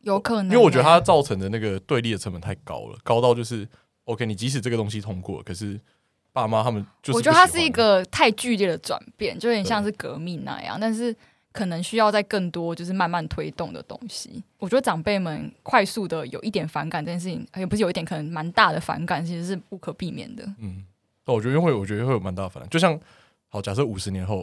[SPEAKER 3] 有可能欸、
[SPEAKER 2] 因为我觉得它造成的那个对立的成本太高了，高到就是 OK，你即使这个东西通过了，可是爸妈他们就是
[SPEAKER 3] 我觉得它
[SPEAKER 2] 不喜
[SPEAKER 3] 是
[SPEAKER 2] 欢
[SPEAKER 3] 一个太剧烈的转变，就有点像
[SPEAKER 2] 对
[SPEAKER 3] 是革命那样，但是可能需要在更多就是慢慢推动的东西。我觉得长辈们快速的有一点反感这件事情，也不是有一点，可能蛮大的反感，其实是无可避免的。
[SPEAKER 2] 嗯，那我觉得会，我觉得会有蛮大的反弹。就像，好，假设五十年后，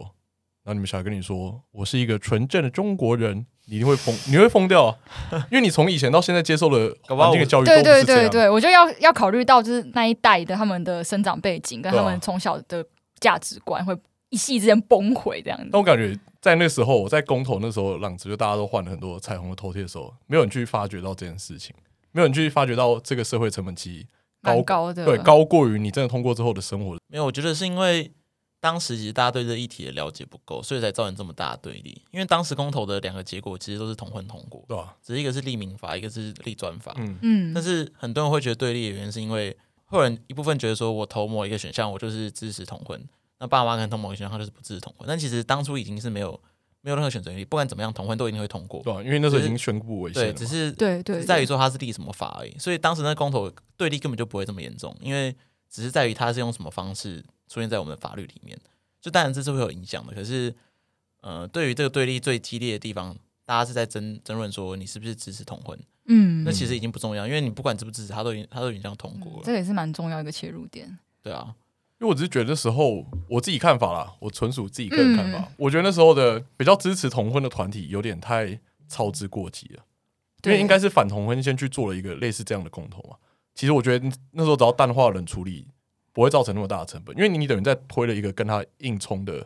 [SPEAKER 2] 然后你们小孩跟你说，我是一个纯正的中国人，你一定会疯，你会疯掉、 啊，因为你从以前到现在接受的
[SPEAKER 1] 搞不
[SPEAKER 2] 环
[SPEAKER 1] 好我
[SPEAKER 2] 境的教育都
[SPEAKER 3] 对
[SPEAKER 2] 不
[SPEAKER 3] 对
[SPEAKER 2] 是
[SPEAKER 3] 对
[SPEAKER 2] 这样。
[SPEAKER 3] 对，我就要要考虑到就是那一代的他们的生长背景跟
[SPEAKER 2] 对
[SPEAKER 3] 他
[SPEAKER 2] 啊
[SPEAKER 3] 们从小的价值观会一夕之间崩毁这样子。
[SPEAKER 2] 但我感觉在那时候，我在公投那时候，浪子就大家都换了很多彩虹的头贴的时候，没有人去发掘到这件事情，没有人去发掘到这个社会成本其实
[SPEAKER 3] 蛮
[SPEAKER 2] 高
[SPEAKER 3] 高的，
[SPEAKER 2] 对高过于你真的通过之后的生活的。
[SPEAKER 1] 没有。我觉得是因为当时其实大家对这议题的了解不够，所以才造成这么大的对立。因为当时公投的两个结果其实都是同婚通过，
[SPEAKER 2] 对吧、
[SPEAKER 1] 只是一个是立民法，一个是立专法。
[SPEAKER 2] 嗯，
[SPEAKER 3] 嗯，
[SPEAKER 1] 但是很多人会觉得对立的原因，是因为会有人一部分觉得说我投某一个选项，我就是支持同婚，那爸妈可能投某一个选项，他就是不支持同婚。但其实当初已经是没有没有任何选择余地，不管怎么样，同婚都一定会通过。
[SPEAKER 2] 对吧、因为那时候已
[SPEAKER 1] 只是
[SPEAKER 2] 经宣布违宪了
[SPEAKER 1] 对，
[SPEAKER 2] 嘛，
[SPEAKER 1] 只是只
[SPEAKER 3] 对对对
[SPEAKER 1] 是在于说他是立什么法而已。所以当时那公投对立根本就不会这么严重，因为只是在于他是用什么方式出现在我们的法律里面。就当然这是会有影响的，可是呃，对于这个对立最激烈的地方，大家是在争争论说你是不是支持同婚。
[SPEAKER 3] 嗯
[SPEAKER 1] 那，其实已经不重要，因为你不管支不支持，他都已经他都已经这样通过了。
[SPEAKER 3] 这也是蛮重要一个切入点。
[SPEAKER 1] 对啊，
[SPEAKER 2] 因为我只是觉得那时候我自己看法啦，我纯属自己个人看法。
[SPEAKER 3] 嗯
[SPEAKER 2] 我觉得那时候的比较支持同婚的团体有点太操之过急了，因为应该是反同婚先去做了一个类似这样的公投嘛。其实我觉得那时候只要淡化冷处理，不会造成那么大的成本，因为你等于在推了一个跟他硬冲的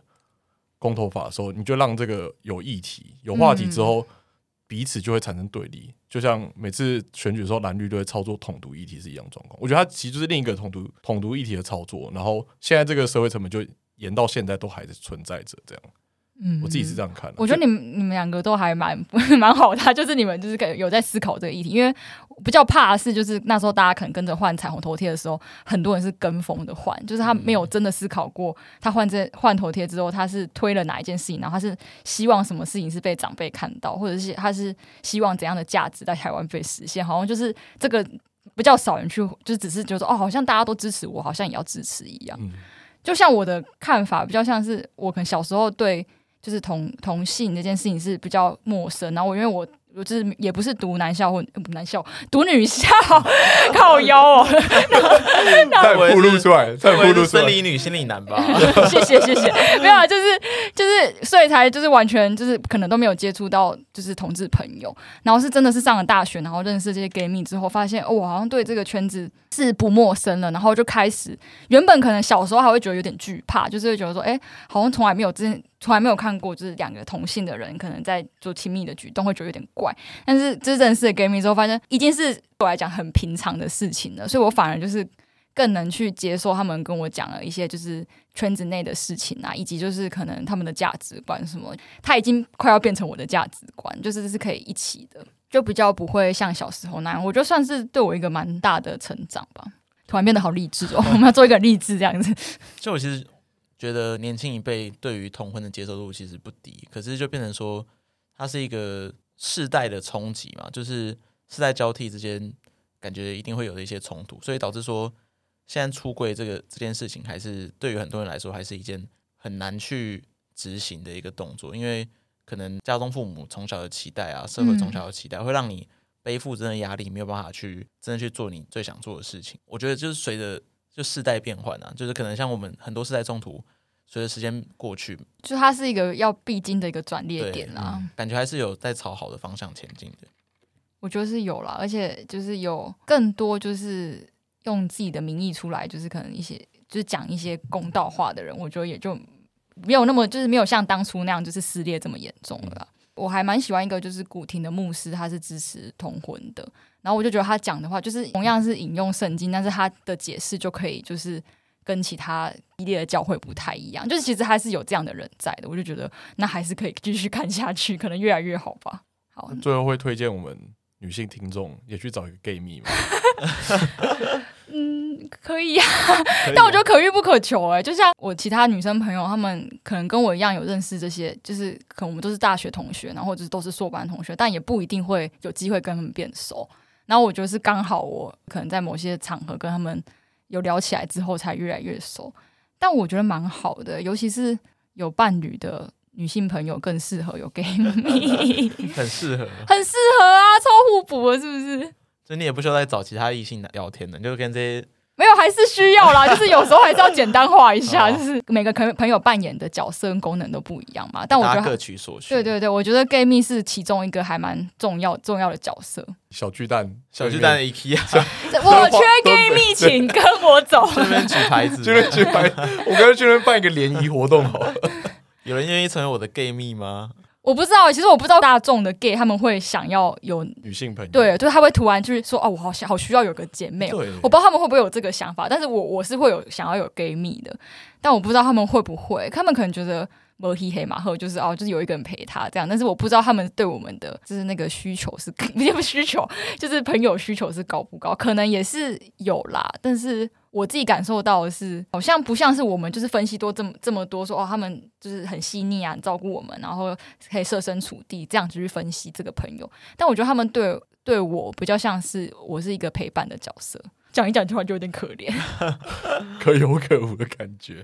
[SPEAKER 2] 公投法的时候，你就让这个有议题、有话题之后，彼此就会产生对立。就像每次选举的时候，蓝绿都会操作统独议题是一样的状况。我觉得它其实就是另一个统独统独议题的操作，然后现在这个社会成本就延到现在都还是存在着。这样，
[SPEAKER 3] 嗯
[SPEAKER 2] 我自己是这样看的、
[SPEAKER 3] 我觉得你们你们两个都还蛮 蛮好的啊，就是你们就是可能有在思考这个议题，因为比较怕的是就是那时候大家可能跟着换彩虹头贴的时候，很多人是跟风的换，就是他没有真的思考过，他换这换头贴之后，他是推了哪一件事情，然后他是希望什么事情是被长辈看到，或者是他是希望怎样的价值在台湾被实现，好像就是这个比较少人去，就只是觉得说哦，好像大家都支持我，好像也要支持一样。
[SPEAKER 2] 嗯，
[SPEAKER 3] 就像我的看法，比较像是我可能小时候对就是同同性这件事情是比较陌生，然后我因为我。我就是也不是读男校或呃不男校，读女校， 靠腰哦。
[SPEAKER 2] 再
[SPEAKER 1] 我也是
[SPEAKER 2] 暴露出来，再暴
[SPEAKER 1] 我也
[SPEAKER 2] 露
[SPEAKER 1] 是
[SPEAKER 2] 出
[SPEAKER 1] 生
[SPEAKER 2] 来，
[SPEAKER 1] 理女心理男吧？
[SPEAKER 3] 谢谢谢谢，没有啊，就是就是，所以才就是完全就是可能都没有接触到就是同志朋友，然后是真的是上了大学，然后认识这些 gay 蜜之后，发现哦，我好像对这个圈子是不陌生了，然后就开始原本可能小时候还会觉得有点惧怕，就是会觉得说，哎、好像从来没有之前从来没有看过，就是两个同性的人可能在做亲密的举动，会觉得有点怪。但是真正是 gay 蜜之后，发现已经是对我来讲很平常的事情了，所以我反而就是更能去接受他们跟我讲了一些就是圈子内的事情啊，以及就是可能他们的价值观什么，他已经快要变成我的价值观，就是这是可以一起的，就比较不会像小时候那样，我觉得算是对我一个蛮大的成长吧。突然变得好励志哦，我们要做一个励志这样子。
[SPEAKER 1] 就我其实觉得年轻一辈对于同婚的接受度其实不低，可是就变成说它是一个世代的冲击嘛，就是世代交替之间感觉一定会有的一些冲突，所以导致说现在出柜这个这件事情，还是对于很多人来说还是一件很难去执行的一个动作，因为可能家中父母从小的期待啊，社会从小的期待、会让你。背负真的压力，没有办法去真的去做你最想做的事情。我觉得就是随着就世代变换啊，就是可能像我们很多世代冲突，随着时间过去，
[SPEAKER 3] 就它是一个要必经的一个转捩
[SPEAKER 1] 对嗯
[SPEAKER 3] 点啦，
[SPEAKER 1] 感觉还是有在朝好的方向前进的。
[SPEAKER 3] 我觉得是有啦，而且就是有更多就是用自己的名义出来，就是可能一些就是讲一些公道话的人，我觉得也就没有那么就是没有像当初那样就是撕裂这么严重了啦。我还蛮喜欢一个就是古亭的牧师，他是支持同婚的，然后我就觉得他讲的话就是同样是引用圣经，但是他的解释就可以就是。跟其他激烈的教会不太一样，就是其实还是有这样的人在的，我就觉得那还是可以继续看下去，可能越来越好吧。好，
[SPEAKER 2] 最后会推荐我们女性听众也去找一个 gay 蜜嘛。
[SPEAKER 3] 嗯，可以啊，
[SPEAKER 2] 可以
[SPEAKER 3] 但我觉
[SPEAKER 2] 吗
[SPEAKER 3] 得可遇不可求哎、就像我其他女生朋友，她们可能跟我一样有认识这些，就是可能我们都是大学同学，然后或者是都是硕班同学，但也不一定会有机会跟他们变熟。然后我觉得是刚好我可能在某些场合跟他们有聊起来之后，才越来越熟。但我觉得蛮好的，尤其是有伴侣的女性朋友更适合有 gay 蜜，
[SPEAKER 1] 很适合，
[SPEAKER 3] 很适合啊，超互补的，是 不是？
[SPEAKER 1] 就你也不需要再找其他异性聊天了，你就跟这些
[SPEAKER 3] 没有，还是需要啦，就是有时候还是要简单化一下，
[SPEAKER 1] 哦
[SPEAKER 3] 就是每个朋朋友扮演的角色跟功能都不一样嘛。但我觉
[SPEAKER 1] 大
[SPEAKER 3] 得
[SPEAKER 1] 家
[SPEAKER 3] 还
[SPEAKER 1] 各，取所需。
[SPEAKER 3] 对对对，我觉得 gay 蜜是其中一个还蛮重要重要的角色。
[SPEAKER 2] 小巨蛋，
[SPEAKER 1] 小巨蛋的 IKEA
[SPEAKER 3] 我缺 gay 蜜，请跟我走。
[SPEAKER 1] 这边举 牌子，
[SPEAKER 2] 军人去办， 我跟军人办一个联谊活动好了。
[SPEAKER 1] 有人愿意成为我的 gay 蜜吗？
[SPEAKER 3] 我不知道，其实我不知道大众的 gay 他们会想要有。
[SPEAKER 2] 女性朋友，
[SPEAKER 3] 对，就是他会突然就是说，哦，我好想好需要有个姐妹哦，
[SPEAKER 2] 对，
[SPEAKER 3] 我不知道他们会不会有这个想法，但是我我是会有想要有 gay 蜜的，但我不知道他们会不会，他们可能觉得摩黑黑马赫就是哦，就是有一个人陪他这样，但是我不知道他们对我们的就是那个需求是 不是需求，就是朋友需求是高不高，可能也是有啦，但是。我自己感受到的是，好像不像是我们就是分析多这么这么多说哦，他们就是很细腻啊，很照顾我们，然后可以设身处地这样子去分析这个朋友。但我觉得他们对对我比较像是我是一个陪伴的角色，讲一讲突然就有点可怜，
[SPEAKER 2] 可有可无的感觉。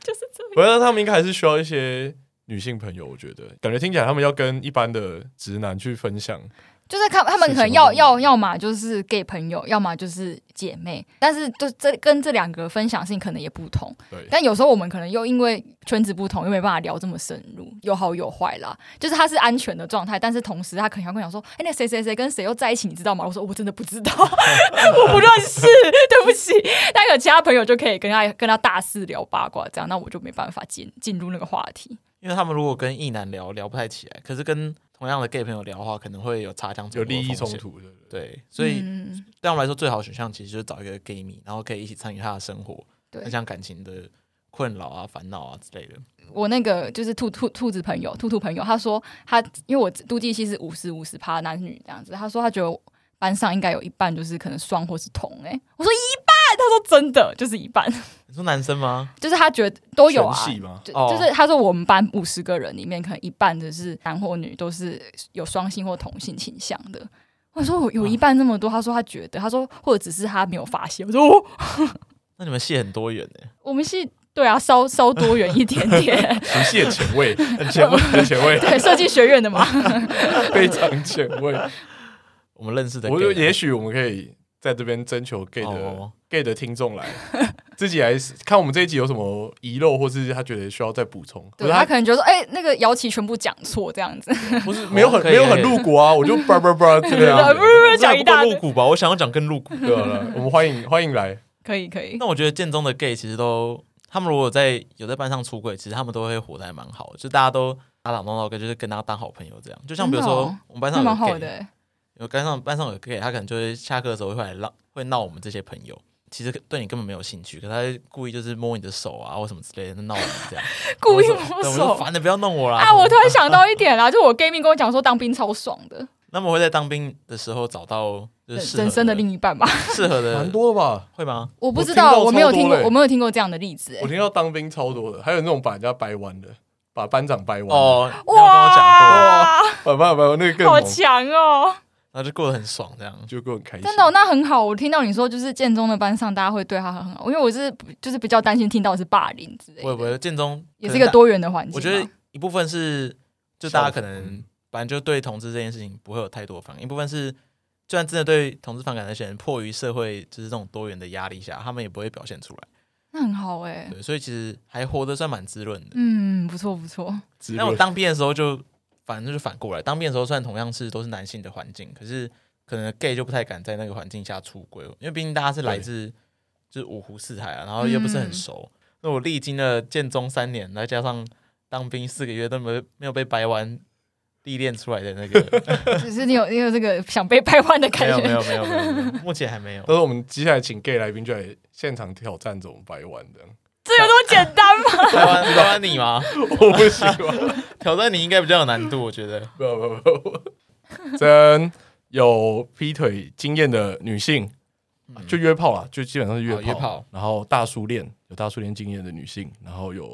[SPEAKER 3] 就是这样。
[SPEAKER 2] 我觉得他们应该还是需要一些女性朋友，我觉得感觉听起来他们要跟一般的直男去分享，
[SPEAKER 3] 就是看他们可能
[SPEAKER 2] 是什么
[SPEAKER 3] 要
[SPEAKER 2] 东西
[SPEAKER 3] 要要么就是 gay 朋友，要么就是姐妹，但是就这跟这两个分享性可能也不同。
[SPEAKER 2] 对，
[SPEAKER 3] 但有时候我们可能又因为圈子不同，又没办法聊这么深入，有好有坏啦。就是他是安全的状态，但是同时他可能要跟我讲说，哎、那谁谁谁跟谁又在一起，你知道吗？我说我真的不知道， 我不认识，对不起。但有其他朋友就可以跟他跟他大肆聊八卦，这样那我就没办法进进入那个话题。
[SPEAKER 1] 因为因为他们如果跟异男聊聊不太起来，可是跟同样的 gay 朋友聊的话，可能会有擦枪走
[SPEAKER 2] 有
[SPEAKER 1] 火的
[SPEAKER 2] 利益
[SPEAKER 1] 风
[SPEAKER 2] 冲
[SPEAKER 1] 险。
[SPEAKER 2] 突，对不对？
[SPEAKER 1] 对，所以
[SPEAKER 3] 嗯
[SPEAKER 1] 对我们来说，最好的选项其实就是找一个 gay 蜜，然后可以一起参与他的生活，
[SPEAKER 3] 对
[SPEAKER 1] 分享感情的困扰啊、烦恼啊之类的。
[SPEAKER 3] 我那个就是兔兔兔子朋友，兔兔朋友，他说他因为我妒忌系是五十五十趴男女这样子，他说他觉得班上应该有一半就是可能双或是同哎、我说一半，他说真的就是一半，
[SPEAKER 1] 你说男生吗？
[SPEAKER 3] 就是他觉得都有啊，
[SPEAKER 2] 全系吗？
[SPEAKER 3] 就
[SPEAKER 1] 哦
[SPEAKER 3] 就是他说我们班五十个人里面，可能一半的是男或女，都是有双性或同性倾向的。我说我有一半那么多，他说他觉得，他说或者只是他没有发现。我说哦
[SPEAKER 1] 那你们戏很多元欸呢、
[SPEAKER 3] 我们系对啊，稍稍多元一点点，
[SPEAKER 2] 不屑前卫，很前卫，很前卫，
[SPEAKER 3] 对设计学院的嘛，
[SPEAKER 2] 非常前卫。
[SPEAKER 1] 我们认识的 gay
[SPEAKER 2] 我
[SPEAKER 1] 啊，
[SPEAKER 2] 觉得也许我们可以在这边征求 gay 的、
[SPEAKER 1] 哦
[SPEAKER 2] gay 的听众来，自己来看我们这一集有什么遗漏，或是他觉得需要再补充，或
[SPEAKER 3] 对
[SPEAKER 2] 者
[SPEAKER 3] 他
[SPEAKER 2] 他
[SPEAKER 3] 可能觉得说，哎、那个姚琦全部讲错这样子，
[SPEAKER 2] 不 是没有很
[SPEAKER 1] 可以
[SPEAKER 2] 没有很
[SPEAKER 1] 可以
[SPEAKER 2] 露骨啊，我就叭叭叭这 个样
[SPEAKER 3] 对
[SPEAKER 2] 子
[SPEAKER 3] 不是不是
[SPEAKER 1] 这还
[SPEAKER 3] 讲一
[SPEAKER 1] 不
[SPEAKER 3] 大
[SPEAKER 1] 够
[SPEAKER 3] 堆
[SPEAKER 1] 露，骨吧？我想要讲更露 骨。
[SPEAKER 2] 对了，我们欢迎欢迎来，
[SPEAKER 3] 可以可以，
[SPEAKER 1] 那我觉得建中的 gay 其实都，他们如果在有在班上出轨，其实他们都会活得还蛮好的，就大家都打打闹闹，跟就是跟他当好朋友这样。就像比如
[SPEAKER 3] 真的
[SPEAKER 1] 说
[SPEAKER 3] 哦
[SPEAKER 1] 我们班
[SPEAKER 3] 那
[SPEAKER 1] 上
[SPEAKER 3] 蛮
[SPEAKER 1] 有
[SPEAKER 3] 好
[SPEAKER 1] gay，
[SPEAKER 3] 的、欸，
[SPEAKER 1] 有班上班上有 gay，他可能就会下课的时候会来闹，会闹我们这些朋友。其实对你根本没有兴趣，可是他会故意就是摸你的手啊，或什么之类的闹你这样，
[SPEAKER 3] 故意
[SPEAKER 1] 我说
[SPEAKER 3] 摸
[SPEAKER 1] 对我
[SPEAKER 3] 手
[SPEAKER 1] 说烦的不要弄我啦。
[SPEAKER 3] 啊！我突然想到一点啦，就我 gay 蜜跟我讲说当兵超爽的，
[SPEAKER 1] 那么会在当兵的时候找到就是
[SPEAKER 3] 人
[SPEAKER 1] 适合
[SPEAKER 3] 人生的另一半吧。
[SPEAKER 1] 适合
[SPEAKER 2] 蛮
[SPEAKER 1] 的，
[SPEAKER 2] 多的吧？
[SPEAKER 1] 会吗？
[SPEAKER 3] 我不
[SPEAKER 2] 我
[SPEAKER 3] 知
[SPEAKER 2] 听
[SPEAKER 3] 道，
[SPEAKER 2] 到
[SPEAKER 3] 我
[SPEAKER 2] 超
[SPEAKER 3] 没有
[SPEAKER 2] 多
[SPEAKER 3] 听过，
[SPEAKER 2] 嘞
[SPEAKER 3] 我没有听过这样的例子、欸
[SPEAKER 2] 我。听到当兵超多的，还有那种把人家掰弯的，把班长掰弯的，
[SPEAKER 1] 哦，你有跟我讲过，
[SPEAKER 3] 哇
[SPEAKER 2] 把班长掰弯那个更
[SPEAKER 3] 好
[SPEAKER 2] 猛，
[SPEAKER 3] 强哦！
[SPEAKER 1] 然后就过得很爽这样。
[SPEAKER 2] 就更很开心。
[SPEAKER 3] 真的哦、那很好。我听到你说，就是建中的班上，大家会对他很好，因为我是就是比较担心听到的是霸凌之类
[SPEAKER 1] 我也不
[SPEAKER 3] 的，
[SPEAKER 1] 会建中
[SPEAKER 3] 也
[SPEAKER 1] 可
[SPEAKER 3] 是一
[SPEAKER 1] 能
[SPEAKER 3] 个多元的环境嘛。
[SPEAKER 1] 我觉得一部分是就大家可
[SPEAKER 2] 校
[SPEAKER 1] 能
[SPEAKER 2] 服嗯
[SPEAKER 1] 反正就对同志这件事情不会有太多反感，一部分是就算真的对同志反感的那些人，迫于社会就是这种多元的压力下，他们也不会表现出来。
[SPEAKER 3] 那很好哎、
[SPEAKER 1] 对，所以其实还活得算蛮滋润的。
[SPEAKER 3] 嗯，不错不错，
[SPEAKER 2] 滋
[SPEAKER 1] 那我
[SPEAKER 2] 润
[SPEAKER 1] 当兵的时候就反正就反过来，当兵的时候虽然同样是都是男性的环境，可是可能 gay 就不太敢在那个环境下出轨，因为毕竟大家是来
[SPEAKER 2] 对
[SPEAKER 1] 自就是五湖四海啊，然后又不是很
[SPEAKER 3] 嗯
[SPEAKER 1] 熟。那我历经了建中三年，再加上当兵四个月都没没有被掰弯历练出来的那个，
[SPEAKER 3] 只是你有你有这个想被掰弯的
[SPEAKER 1] 没
[SPEAKER 3] 感
[SPEAKER 1] 有没
[SPEAKER 3] 觉。
[SPEAKER 1] 有没有没有，没有目前还没有。
[SPEAKER 2] 但是我们接下来请 gay 来宾就来现场挑战怎么掰弯的，
[SPEAKER 3] 这有那么简单吗？
[SPEAKER 1] 掰弯掰弯你吗？
[SPEAKER 2] 我不喜欢。
[SPEAKER 1] 挑战你应该比较有难度，我觉得。
[SPEAKER 2] 不不不 不，真有劈腿经验的女性，
[SPEAKER 1] 嗯
[SPEAKER 2] 就约炮啦，就基本上是约
[SPEAKER 1] 哦约炮
[SPEAKER 2] 然后大叔恋有大叔恋经验的女性，然后有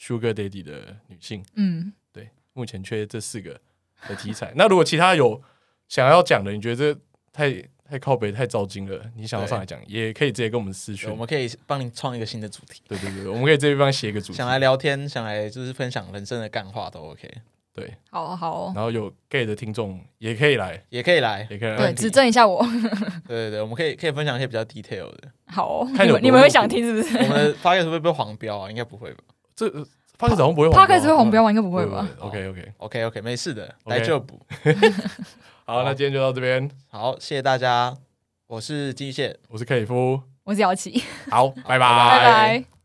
[SPEAKER 2] Sugar Daddy 的女性，
[SPEAKER 3] 嗯，
[SPEAKER 2] 对，目前缺这四个的题 材。那如果其他有想要讲的，你觉得这太太靠北太糟心了，你想要上来讲，也可以直接跟我们私讯
[SPEAKER 1] 我。们可以帮你创一个新的主题，
[SPEAKER 2] 对对对，我们可以这地方写一个主题
[SPEAKER 1] 想，来聊天，想来就是分享人生的干话都 OK，
[SPEAKER 2] 对，
[SPEAKER 3] 好哦好哦，
[SPEAKER 2] 然后有 gay 的听众也可以来，
[SPEAKER 1] 也可以来。
[SPEAKER 2] 也可以来，哎
[SPEAKER 3] 对，指正一下我，
[SPEAKER 1] 对 对对，我们可以可以分享一些比较 detail 的。
[SPEAKER 3] 好哦，
[SPEAKER 2] 看
[SPEAKER 3] 你
[SPEAKER 2] 有多
[SPEAKER 3] 们你们会
[SPEAKER 2] 露骨
[SPEAKER 3] 想听是不是
[SPEAKER 1] 我们的发言会不会被黄标啊？应该不会吧
[SPEAKER 2] 这呃发个早上不会红标啊，
[SPEAKER 3] ？Podcast 会红标吗？应该不
[SPEAKER 2] 不
[SPEAKER 3] 会吧？
[SPEAKER 2] ？OK OK，
[SPEAKER 1] ？OK OK，没事的，
[SPEAKER 2] OK
[SPEAKER 1] 来就补。
[SPEAKER 2] 好，那今天就到这边，
[SPEAKER 1] 好，谢谢大家，我是金蟹。
[SPEAKER 2] 我是克里夫，
[SPEAKER 3] 我是姚琦，
[SPEAKER 2] 好，拜拜，
[SPEAKER 3] 拜拜。